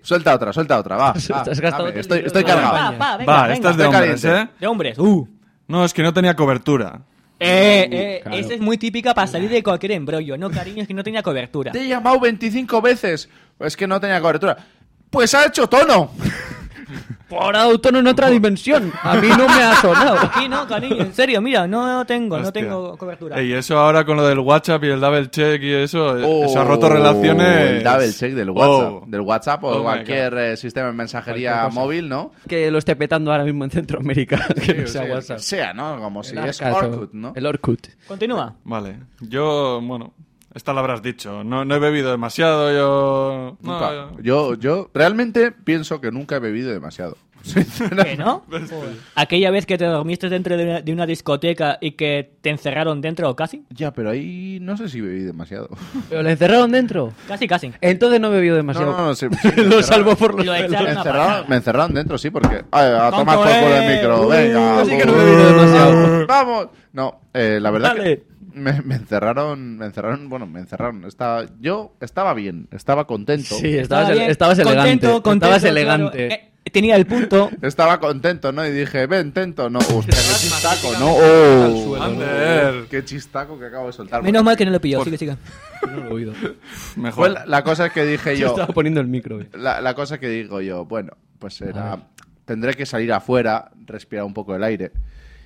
suelta otra, suelta otra, [laughs] va.
Has
va,
gastado
dame,
todo el
Ah, estoy,
dinero
estoy
de la
cargado.
campaña.
Va, va, venga,
Va,
venga.
esta es de
Estoy
hombres, ¿eh?
caliente.
De hombres, uh.
No, es que no tenía cobertura.
Eh, eh,
claro.
Esa es muy típica para salir de cualquier embrollo. No, cariño, es que no tenía cobertura.
Te he llamado 25 veces. Es que no tenía cobertura. Pues ha hecho tono.
Por autónomo
Pues
en
[laughs]
otra dimensión. A mí no me ha sonado.
Aquí no, cariño, en serio, mira, no tengo, Pues no
Hostia.
tengo cobertura.
Ey, eso ahora con lo del WhatsApp y el double check y eso, eh, eso ha roto
Oh,
relaciones.
El double check del
Oh.
WhatsApp. Del WhatsApp o
Oh my
cualquier eh, sistema de mensajería móvil, ¿no?
Que lo esté petando ahora mismo en Centroamérica. [laughs] Que no
Sí,
sea
sí,
WhatsApp.
Sea, ¿no? Como si
El
es
Arcas o-
Orkut, ¿no?
El Orkut.
Continúa.
Vale, yo, bueno, esta la habrás dicho. No, no he bebido demasiado, yo. no,
Nunca. Yo,
yo-
yo realmente pienso que nunca he bebido demasiado.
¿Qué no? Joder. Aquella vez que te dormiste dentro de una, de una discoteca y que te encerraron dentro, o casi.
[laughs] ya, pero ahí no sé si bebí demasiado.
¿Pero le encerraron dentro?
Casi, casi.
Entonces no he bebido
No,
demasiado.
no,
[laughs]
no, sí, sí, me
lo
encerraron.
salvó por los
Lo
pelos.
Me
echaron a
encerraron,
pasar.
me encerraron dentro, sí, porque. Ay, a tomar
Tonto,
por culo el
eh.
micro,
Uh,
venga.
así que no
uh,
me he bebido demasiado.
¡Vamos! No, eh, la verdad
Dale.
que me, me encerraron, me encerraron, bueno, me encerraron. Estaba, yo estaba bien, estaba contento.
Sí, estabas,
Estaba bien,
estabas
contento,
elegante.
contento,
estabas
claro.
elegante.
Eh, tenía el punto.
Estaba contento, ¿no? Y dije, ven, tento, no. Hostia, qué chistaco, ¿no? Oh,
Ander,
qué chistaco que acabo de soltar.
Menos mal que no lo pilló. Sigue, sigue.
No lo he oído.
Fue
Mejor.
la, la cosa que
[laughs]
dije
Yo
yo.
estaba poniendo el micro. eh.
La, la cosa que digo yo, bueno, pues era. Tendré que salir afuera, respirar un poco el aire.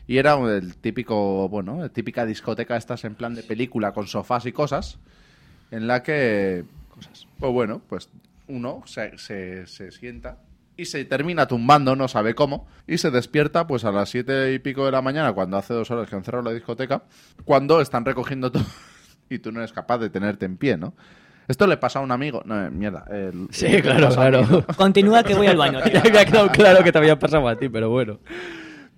Y era el típico, bueno, la típica discoteca, estas en plan de película con sofás y cosas, en la que. Cosas. Pues bueno, pues uno se, se- se sienta y se termina tumbando, no sabe cómo, y se despierta pues a las siete y pico de la mañana, cuando hace dos horas que han cerrado la discoteca, cuando están recogiendo todo [laughs] y tú no eres capaz de tenerte en pie, ¿no? Esto le pasa a un amigo. No, eh, mierda. el-
[laughs] Sí, claro, claro.
Continúa que voy al baño. tío.
[laughs] Ya había quedado claro que te había pasado a ti, pero bueno.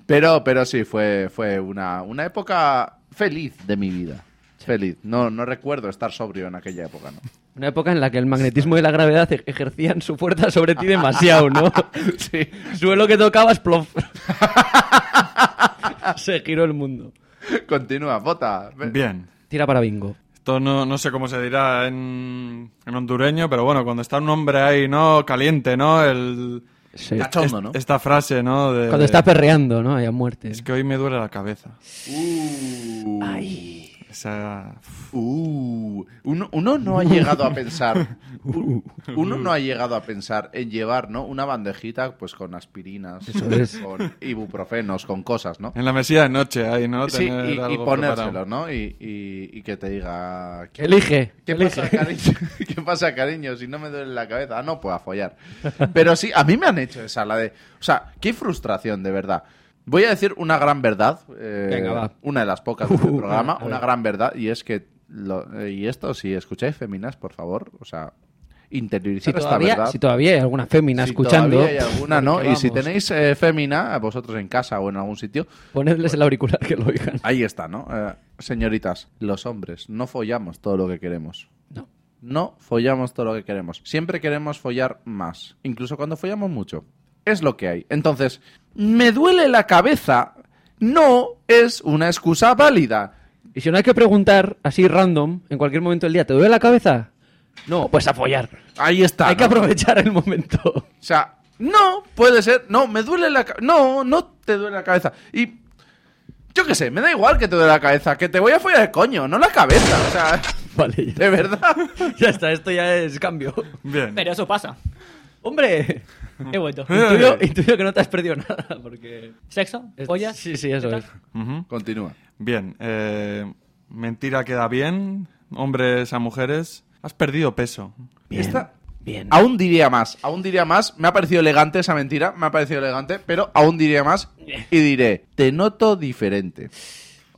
Pero, pero sí, fue, fue una, una época feliz de mi vida. Feliz. No, no recuerdo estar sobrio en aquella época, ¿no? [laughs]
Una época en la que el magnetismo y la gravedad ej- ejercían su fuerza sobre ti demasiado, ¿no?
[laughs] Sí.
Suelo que tocabas, plof. [laughs] Se giró el mundo.
Continúa, vota. Ve-
Bien.
Tira para bingo.
Esto no, no sé cómo se dirá en, en hondureño, pero bueno, cuando está un hombre ahí, ¿no? Caliente, ¿no? El,
Sí.
Cachondo, ¿no?
Esta frase, ¿no? De,
Cuando está perreando, ¿no? Hay a muerte.
Es que hoy me duele la cabeza.
Uh,
Esa...
uh. Uno, uno no ha llegado a pensar. un- Uno no ha llegado a pensar en llevar, ¿no? Una bandejita, pues con aspirinas,
es.
con ibuprofenos, con cosas, ¿no?
En la mesilla de noche ahí, ¿no?
Sí,
Tener
y, y
algo
ponérselo,
preparado.
¿no? Y, y- y que te diga. ¿qué-
Elige.
¿Qué
elige.
pasa, cariño?
[laughs]
¿Qué pasa, cariño? Si no me duele la cabeza. Ah, no, pues a follar. Pero sí, a mí me han hecho esa, la de... O sea, qué frustración, de verdad. Voy a decir una gran verdad. eh,
Venga, va.
Una de las pocas del
Uh,
programa.
[laughs] a ver.
una gran verdad. Y es que... lo- eh, y esto, si escucháis feminas, por favor, o sea,
Si
interiorizar esta
todavía,
verdad.
si todavía hay alguna fémina
Si
escuchando,
todavía hay alguna, ¿no?
porque
Y si
vamos,
tenéis eh, fémina, vosotros en casa o en algún sitio,
ponedles el auricular que lo oigan.
ahí está, ¿no? Eh, Señoritas, los hombres no follamos todo lo que queremos. No. No follamos todo lo que queremos. Siempre queremos follar más, incluso cuando follamos mucho. Es lo que hay. Entonces, me duele la cabeza. No es una excusa válida.
Y si no hay que preguntar así random, en cualquier momento del día, ¿te duele la cabeza? No, pues a follar.
Ahí está.
Hay que
¿no?
aprovechar el momento. [laughs]
O sea, no, puede ser. No, me duele la cabeza. No, no te duele la cabeza. Y. Yo qué sé, me da igual que te duele la cabeza. Que te voy a follar el coño, no la cabeza. O sea, [laughs]
Vale, ya,
de verdad.
ya está, esto ya es cambio.
Bien.
Pero eso pasa.
¡Hombre!
[laughs] He vuelto.
[laughs]
Intuyo, intuyo que no te has perdido nada, porque...
¿Sexo? ¿Pollas?
Sí, sí, eso es.
Ujú.
Continúa.
Bien. eh, mentira queda bien. Hombres a mujeres. Has perdido peso.
Esta-
Bien.
Aún diría más, aún diría más. Me ha parecido elegante esa mentira, me ha parecido elegante, pero aún diría más y diré: Te noto diferente.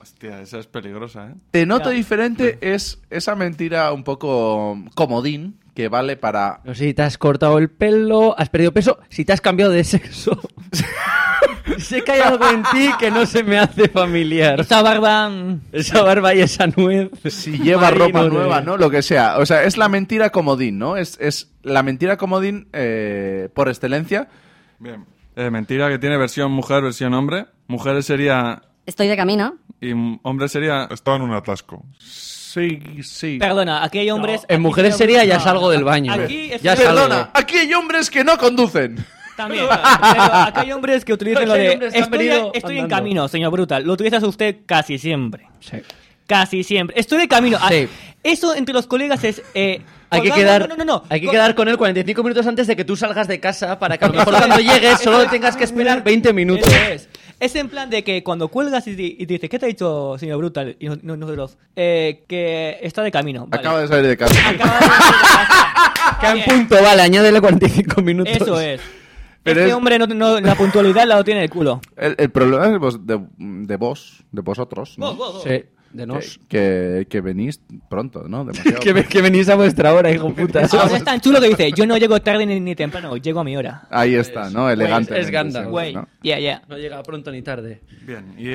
Hostia, esa es peligrosa, ¿eh?
Te noto
Ya.
diferente es esa mentira un poco comodín que vale para.
No sé si te has cortado el pelo, has perdido peso, si te has cambiado de sexo. [laughs] sé que hay algo en ti que no se me hace familiar.
Esa barba... mm,
Esa barba y esa nuez.
Si [laughs] lleva ropa
Marino,
nueva,
eh.
¿no? Lo que sea. O sea, es la mentira comodín, ¿no? Es, es la mentira comodín eh, por excelencia.
Bien. Eh, mentira que tiene versión mujer, versión hombre. Mujeres sería...
Estoy de camino.
Y m- hombre sería...
Estaba en un atasco.
Sí, sí.
Perdona, aquí hay hombres...
En
aquí
mujeres
hay hombres-
sería ya
no,
salgo del baño.
Aquí es
ya
Perdona, aquí hay hombres que no conducen.
También. Pero acá hay hombres que utilizan
Los
lo de...
hombres han
Estoy,
venido
estoy en
andando".
camino, señor Brutal. Lo utilizas usted casi siempre.
salgo.
Casi siempre. Estoy de camino. Ah,
Sí.
Eso entre los colegas es... eh,
Hay que,
colgado-
quedar,
No, no, no.
hay que
Co-
quedar con él 45 minutos antes de que tú salgas de casa para que a lo mejor
[laughs]
cuando llegues solo tengas que esperar 20 minutos.
Eso es. Es en plan de que cuando cuelgas y, di- y dices, ¿qué te ha dicho señor Brutal? Y no- no- nosotros, eh, que está de camino. Vale.
Acaba de salir de casa.
Acaba de
Que a un punto, vale, añádele 45 minutos.
Eso es.
Pero
este
es-
hombre no, no- la puntualidad la tiene en el culo.
El, el problema es vos- de, de vos, de vosotros. ¿no?
Sí, de
Que,
nos.
que- que venís pronto, ¿no? Demasiado.
[laughs] que, ve- que venís a vuestra hora, hijo puta.
Ah, es tan chulo que dice, yo no llego tarde ni, ni temprano, llego a mi hora.
Ahí está, ¿no? Elegante.
es Gandalf.
Güey, yeah, yeah.
No llega pronto ni tarde.
Bien. Y,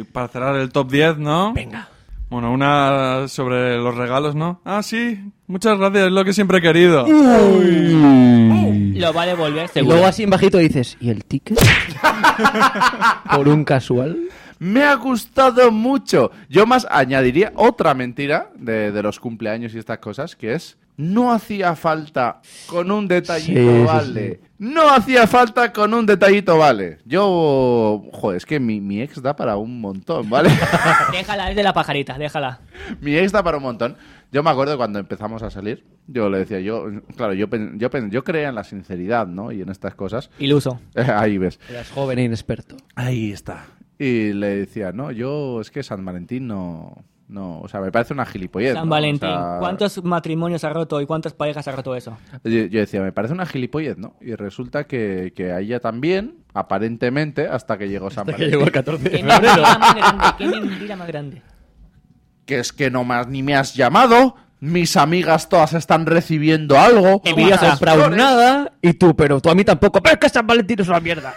y para cerrar el top 10, ¿no?
Venga.
Bueno, una sobre los regalos, ¿no? Ah, sí. Muchas gracias, es lo que siempre he querido.
Lo va a devolver
Y
seguro.
luego así en bajito dices, ¿y el
[laughs]
ticket? Por un casual.
Me ha gustado mucho. Yo más añadiría otra mentira de, de los cumpleaños y estas cosas, que es no hacía falta con un detallito,
Sí, sí,
vale. No hacía falta con un detallito, vale. Yo, joder, es que mi, mi ex da para un montón, ¿vale? [laughs]
Déjala, es de la pajarita, déjala.
mi ex da para un montón. Yo me acuerdo cuando empezamos a salir, yo le decía, yo, claro, yo, pen- yo, pen- yo creía en la sinceridad, ¿no? Y en estas cosas.
Iluso.
[laughs] Ahí ves.
Eras joven e inexperto.
Ahí está. Y le decía, no, yo es que San Valentín no. No, o sea, me parece una gilipollez.
San
¿no? O
Valentín.
sea,
¿Cuántos matrimonios ha roto y cuántas parejas ha roto eso?
Yo, yo decía, me parece una gilipollez, ¿no? Y resulta que, que a ella también, aparentemente, hasta que llegó San
Que
Valentín.
llegó el 14 de
Qué
febrero.
mentira más grande, qué mentira más grande.
Que es que no más ni me has llamado, mis amigas todas están recibiendo algo.
Qué
Y no has
Guasa.
comprado nada. Y tú, pero tú a mí tampoco. Pero es que San Valentín es una mierda.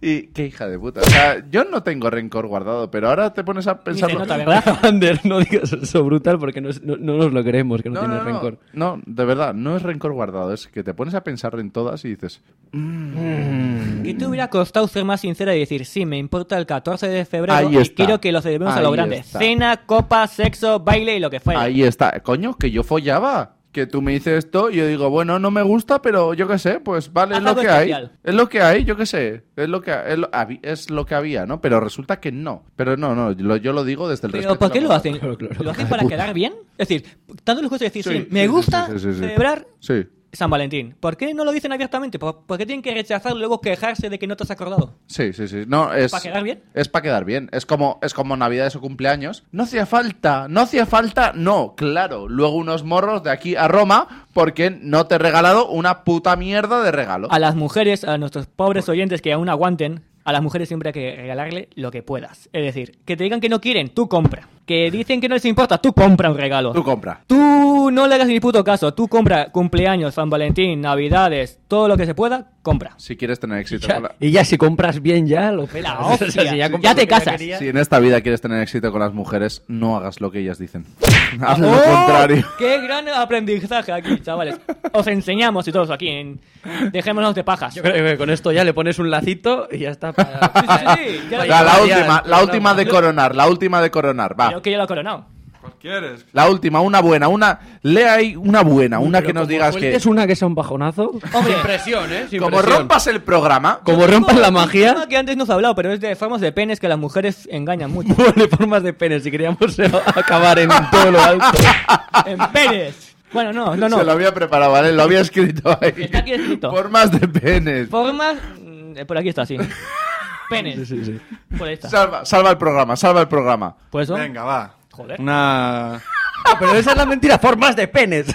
Y qué hija de puta. O sea, yo no tengo rencor guardado, pero ahora te pones a
Ni
pensar.
se nota, ¿verdad?
Ander, no digas eso brutal porque no, es- no- no nos lo creemos, que no, tienes
no,
rencor.
No, de verdad, no es rencor guardado, es que te pones a pensar en todas y dices,
¿Qué te hubiera costado ser más sincera y decir, sí, me importa el 14 de febrero
Ahí
y
está.
quiero que lo celebremos a lo
Ahí
grande?
está.
Cena, copa, sexo, baile y lo que fuera.
Ahí está. Coño, que yo follaba. Que tú me dices esto y yo digo, bueno, no me gusta, pero yo qué sé, pues vale,
Haz
es lo
algo
que hay.
especial.
Es lo que hay, yo qué sé. Es lo que, es lo, habi- es lo que había, ¿no? Pero resulta que no. Pero no, no, lo- yo lo digo desde el
¿Pero
respeto
por qué lo
laboral.
hacen?
Claro, claro.
¿Lo hacen para quedar bien? Es decir, tanto les gusta decir, sí,
Sí,
me
sí, sí,
gusta
sí, sí, sí.
celebrar
Sí,
San Valentín. ¿Por qué no lo dicen abiertamente? ¿Por, por qué tienen que rechazarlo y luego quejarse de que no te has acordado?
sí, sí, sí. No, es,
¿Para quedar bien?
Es para quedar bien. Es como, es como Navidades o cumpleaños. No hacía falta, no hacía falta, no, claro. Luego unos morros de aquí a Roma porque no te he regalado una puta mierda de regalo.
A las mujeres, a nuestros pobres oyentes que aún aguanten, a las mujeres siempre hay que regalarle lo que puedas. Es decir, que te digan que no quieren, tú compra. que dicen que no les importa. Tú compra un regalo.
Tú compra.
Tú no le hagas ni puto caso. Tú compra cumpleaños, San Valentín, Navidades, todo lo que se pueda, compra.
Si quieres tener éxito.
Ya-
con la-
y ya si compras bien ya, lo [laughs] pelas.
La hostia.
O sea, si
Ya
compras
te
lo que
casas.
querías-
Si en esta vida quieres tener éxito con las mujeres, no hagas lo que ellas
[laughs]
dicen. Haz lo
¡Oh!
contrario.
[laughs] ¡Qué gran aprendizaje aquí, chavales! Os enseñamos y todos aquí en Dejémonos de pajas.
Yo creo que con esto ya le pones un lacito y ya está. para-
Sí, sí,
[laughs]
sí,
[laughs]
ya-
Venga,
para
la
variar
última,
el
la última de
programa.
coronar, la última de coronar,
Creo
va.
que ya lo he coronado.
¿Cuál quieres?
La última, una buena, una. Lee ahí una buena, una
Pero
que nos
como
digas que.
sueltes una que sea un bajonazo?
Hombre,
presión, ¿eh? Sin
Como
presión.
rompas el programa,
Como rompas la
Un tema
magia.
que antes nos ha hablado, pero es de formas de penes que las mujeres engañan
[laughs]
mucho.
Ponle formas de pene si queríamos eh, acabar en todo lo alto.
[laughs] ¡En penes!
[laughs]
Bueno, no, no,
se lo
no.
había preparado, ¿vale? Lo había escrito ahí.
Está aquí escrito.
Por más de penes.
Formas... mm, Por aquí está, sí. Penes. Por ahí está.
Salva, salva el programa, salva el programa.
Por eso...
Venga, va.
Joder.
Una.
Ah, Pero esa es la mentira, formas
[laughs]
de penes.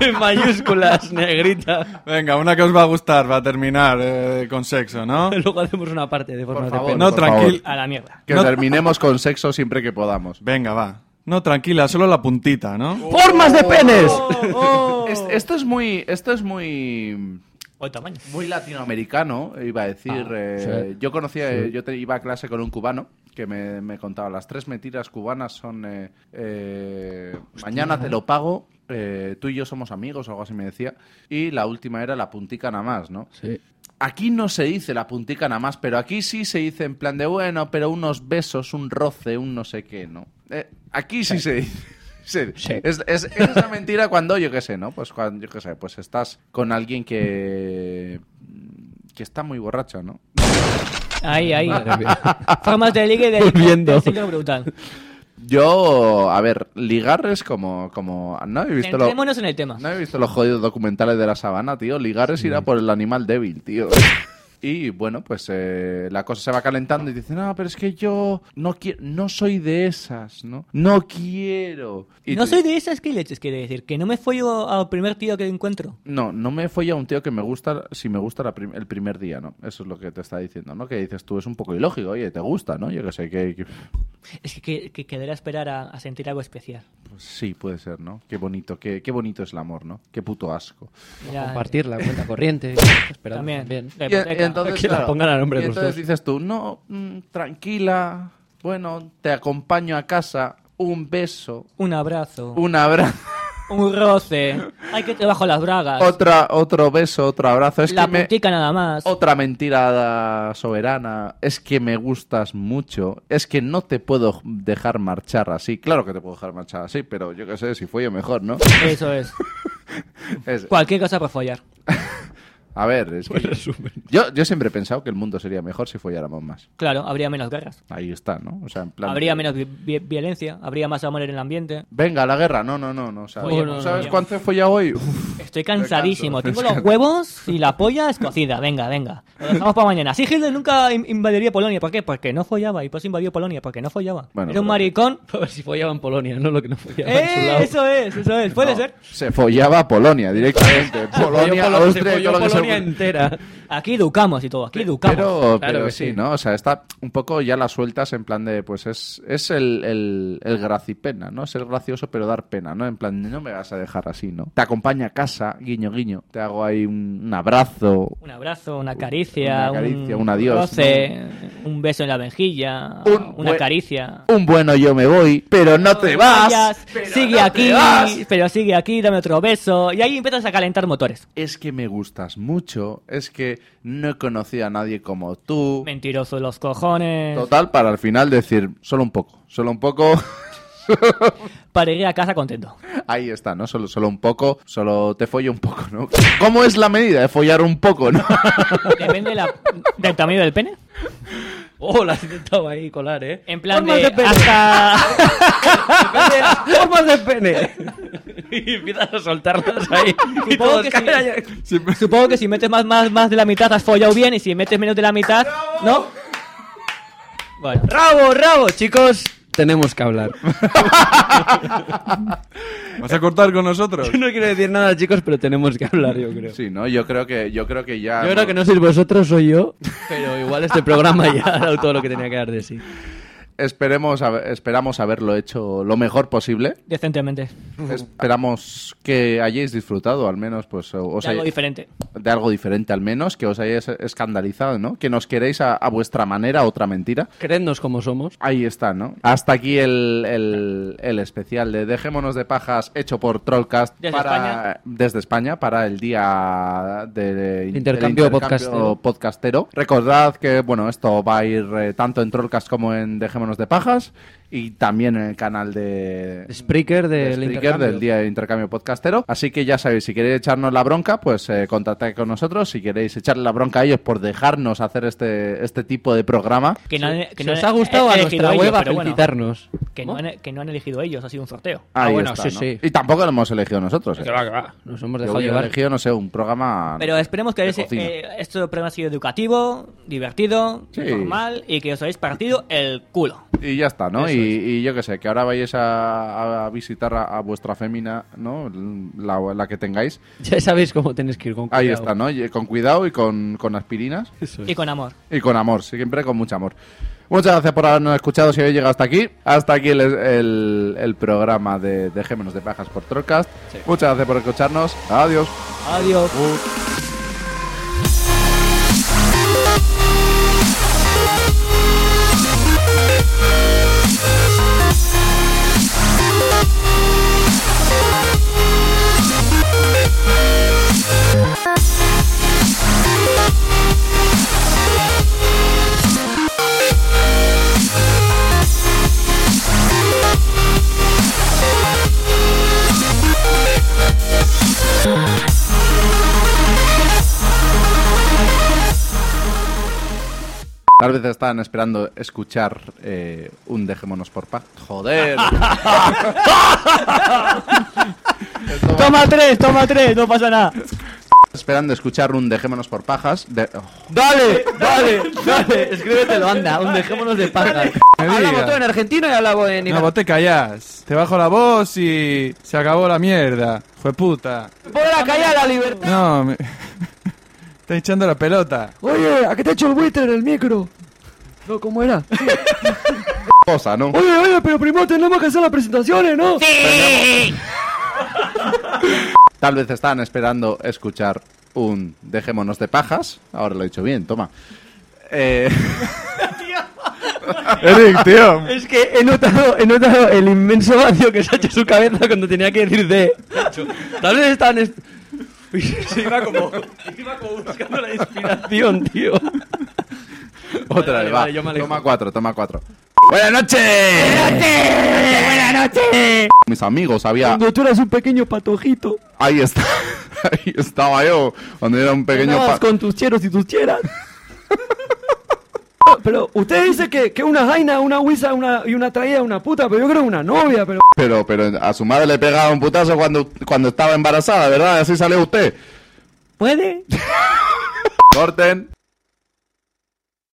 en mayúsculas, negrita.
Venga, una que os va a gustar para terminar eh, con sexo, ¿no?
Luego hacemos una parte de formas
favor.
de penes.
No,
por favor.
tranquila.
A la mierda.
Que
No-
terminemos con sexo siempre que podamos.
Venga, va. No, tranquila, solo la puntita, ¿no?
¡Formas de penes! oh.
Oh. Es- esto es muy. Esto es muy.
O el tamaño.
muy latinoamericano, iba a decir.
Ah,
eh, Yo conocía, eh, yo te, iba a clase con un cubano que me, me contaba, las tres mentiras cubanas son, eh, eh, mañana te lo pago, eh, tú y yo somos amigos, o algo así me decía, y la última era la puntica nada más, ¿no? Aquí no se dice la puntica nada más, pero aquí sí se dice en plan de, bueno, pero unos besos, un roce, un no sé qué, ¿no? Eh, aquí sí, se dice. [laughs] se-
Sí.
Es, es, es la mentira cuando, yo qué sé, ¿no? Pues cuando, yo qué sé, pues estás con alguien que... que está muy borracho, ¿no?
Ahí, ahí.
Madre mía.
Formas de ligue de...
Volviendo.
del siglo brutal.
Yo, a ver, ligar es como... como no, he visto lo,
Centrémonos en el tema.
no he visto los jodidos documentales de la sabana, tío. Ligar es ir a por el animal débil, tío. [laughs] Y bueno, pues eh, la cosa se va calentando y dicen, no, pero es que yo no quiero, no soy de esas, ¿no? No quiero. Y
No
te-
soy de esas que leches, quiere decir. Que no me follo al primer tío que encuentro.
No, no me folla un tío que me gusta si me gusta la prim- el primer día, ¿no? Eso es lo que te está diciendo, ¿no? Que dices tú, es un poco ilógico, oye, te gusta, ¿no? Yo que sé, que, que-
Es que, que, que quedará a esperar a, a sentir algo especial.
pues sí, puede ser, ¿no? Qué bonito, qué, qué bonito es el amor, ¿no? Qué puto asco.
Ya,
Compartir la cuenta corriente. Esperando
También.
también.
La
Y- y entonces,
hipoteca.
Que la
claro,
pongan a nombre
y
de los
entonces
dos.
dices tú, no, mm, tranquila, bueno, te acompaño a casa, un beso,
Un abrazo.
un abrazo,
Un roce. Hay que te bajo las bragas.
otra, otro beso, otro abrazo. Es
la
que me-
puntica nada más.
Otra mentira soberana es que me gustas mucho, es que no te puedo dejar marchar así. Claro que te puedo dejar marchar así, pero yo qué sé, si fue yo mejor, ¿no? [laughs]
Eso es.
Es-
Cualquier cosa para follar.
a ver, es que- yo, yo siempre he pensado que el mundo sería mejor si folláramos más.
Claro, habría menos guerras.
Ahí está, ¿no? O sea, en plan...
Habría menos vi- vi- violencia. Habría más amor en el ambiente.
Venga, la guerra. No, no, no, no. o sea,
Oye, no, no,
¿Sabes
no.
cuánto he follado hoy? Uf, [laughs]
Estoy cansadísimo. Tengo los huevos y la polla es cocida. Venga, venga. Lo dejamos para mañana. Sí, Hitler nunca in- invadiría Polonia. ¿Por qué? Porque no follaba. Y pues invadió Polonia. Porque no follaba.
Bueno,
Era un
pero- [laughs]
maricón.
A ver si follaba en Polonia, no lo que no follaba en su
¡Eh!
lado.
Eso es, eso es. Puede
no,
ser.
Se follaba a Polonia directamente. Polonia,
Folló Polo- se
Austria y
folló
todo lo que se-
Polonia entera.
Aquí educamos y todo. Aquí educamos.
Pero, pero
que
sí,
sí.
¿no? O sea, está un poco ya la sueltas en plan de, pues es, es el, el, el gracipena, ¿no? Ser gracioso pero dar pena, ¿no? En plan, no me vas a dejar así, ¿no? Te acompaña a casa, guiño, guiño. Te hago ahí un, un abrazo.
Un abrazo, una caricia,
Una caricia,
un,
un adiós,
roce, un beso en la mejilla,
Un
una
buen-
caricia.
Un bueno yo me voy, pero no te vas.
Vayas,
pero
sigue
no te
aquí,
vas.
pero sigue aquí, dame otro beso. Y ahí empiezas a calentar motores.
Es que me gustas mucho, es que no he conocido a nadie como tú.
Mentiroso de los cojones.
Total, para al final decir, solo un poco, solo un poco. [laughs]
Para ir a casa contento.
Ahí está, ¿no? Solo, solo un poco, solo te follo un poco, ¿no? ¿Cómo es la medida de follar un poco, no? [laughs]
Depende la- del tamaño del pene.
Oh, la has intentado ahí colar, ¿eh?
En plan
Formas
de,
pene.
hasta...
Depende, [laughs] Formas de pene. [laughs] y empiezas a soltarlas ahí. y
Supongo
todos
que
caen
sí.
allá. [laughs]
Supongo que si metes más, más, más de la mitad has follado bien y si metes menos de la mitad, ¿no? Bueno,
Rabo, rabo, chicos. Tenemos que hablar.
¿Vas a cortar
[laughs]
con nosotros?
Yo no quiero decir nada, chicos, pero tenemos que hablar, yo creo.
Sí, ¿no? Yo creo que, yo creo que ya.
Yo creo que no sois vosotros, soy yo. Pero igual este programa ya ha dado todo lo que tenía que dar de sí.
esperemos, a- esperamos haberlo hecho lo mejor posible.
[laughs] Decentemente.
Esperamos que hayáis disfrutado, al menos, pues o- os
De algo
hay-
diferente.
de algo diferente, al menos, que os hayáis escandalizado, ¿no? Que nos queréis a, a vuestra manera otra mentira.
Creednos como somos.
Ahí está, ¿no? Hasta aquí el, el- el especial de Dejémonos de Pajas hecho por Trollcast
Desde
para, desde España para el día de
Intercambio
del
podcastero.
podcastero. Recordad que, bueno, esto va a ir eh, tanto en Trollcast como en Dejémonos de Pajas y también en el canal de...
Spreaker
de
del
Spreaker,
intercambio.
del día de intercambio podcastero. Así que ya sabéis, si queréis echarnos la bronca, pues eh, contactad con nosotros. Si queréis echarle la bronca a ellos por dejarnos hacer este, este tipo de programa,
Que no, han- que
Si
no
os
han e-
ha gustado a
elegido
nuestra
ellos,
web a
pero bueno,
felicitarnos.
que, no han, que no han elegido ellos, ha sido un sorteo.
Ahí
Ah, bueno,
está,
sí,
¿no?
sí.
Y tampoco lo hemos elegido nosotros. ¿eh?
Nos hemos
Yo
dejado
hubiera
llevar.
elegido, no sé, un programa.
Pero esperemos que
de
ese-
cocina.
eh, este programa ha sido educativo, divertido,
Sí.
normal y que os habéis partido el culo.
Y ya está, ¿no? Y, y yo qué sé, que ahora vayáis a, a visitar a, a vuestra fémina, ¿no? La, la que tengáis.
Ya sabéis cómo tenéis que ir con
Ahí
cuidado.
está, ¿no? Y eh, con cuidado y con, con aspirinas.
Y con amor.
Y con amor, siempre con mucho amor. Muchas gracias por habernos escuchado si habéis llegado hasta aquí. Hasta aquí el, el- el programa de Dejémonos de Pajas por Trollcast. Muchas gracias por escucharnos. Adiós.
Adiós.
Tal vez estaban esperando escuchar eh, un Dejémonos por Paz. [laughs] ¡Joder!
Toma tres, toma tres, no pasa nada.
esperando escuchar un Dejémonos por Pajas. De... oh,
Dale, dale, dale. Escríbetelo, anda. Un dejémonos de paja.
Me
Hablamos
digas.
todo en argentino y hablamos en
No, vos te callas. Te bajo la voz y se acabó la mierda. Fue puta.
Por la calle a la libertad.
No, me... [laughs] Está hinchando la pelota.
Oye, ¿a qué te ha hecho el buitre en el micro? No, ¿cómo era?
Cosa, ¿no?
Oye, oye, pero primo, tenemos que hacer las presentaciones, ¿no?
Tal vez estaban esperando escuchar un Dejémonos de Pajas. Ahora lo he dicho bien, toma. Eh, [laughs]
Eric, tío.
Es que he notado, he notado el inmenso vacío que se ha hecho su cabeza cuando tenía que decir de. Tal vez estaban. est- [laughs] Uy, se iba como, iba como buscando la inspiración, tío.
otra
Vale,
vez,
vale, yo me
va.
alejo.
Toma cuatro, toma cuatro. ¡Buenas noches! ¡Buenas noches! Mis amigos, había...
Cuando tú eras un pequeño patojito,
Ahí está. [laughs] Ahí estaba yo, cuando era un pequeño...
andabas
pa-
con tus cheros y tus cheras.
[laughs]
Pero usted dice que, que una jaina, una huisa una, y una traída una puta, pero yo creo una novia, pero...
Pero, pero a su madre le pegaba un putazo cuando, cuando estaba embarazada, ¿verdad? Así salió usted.
¿Puede?
Corten.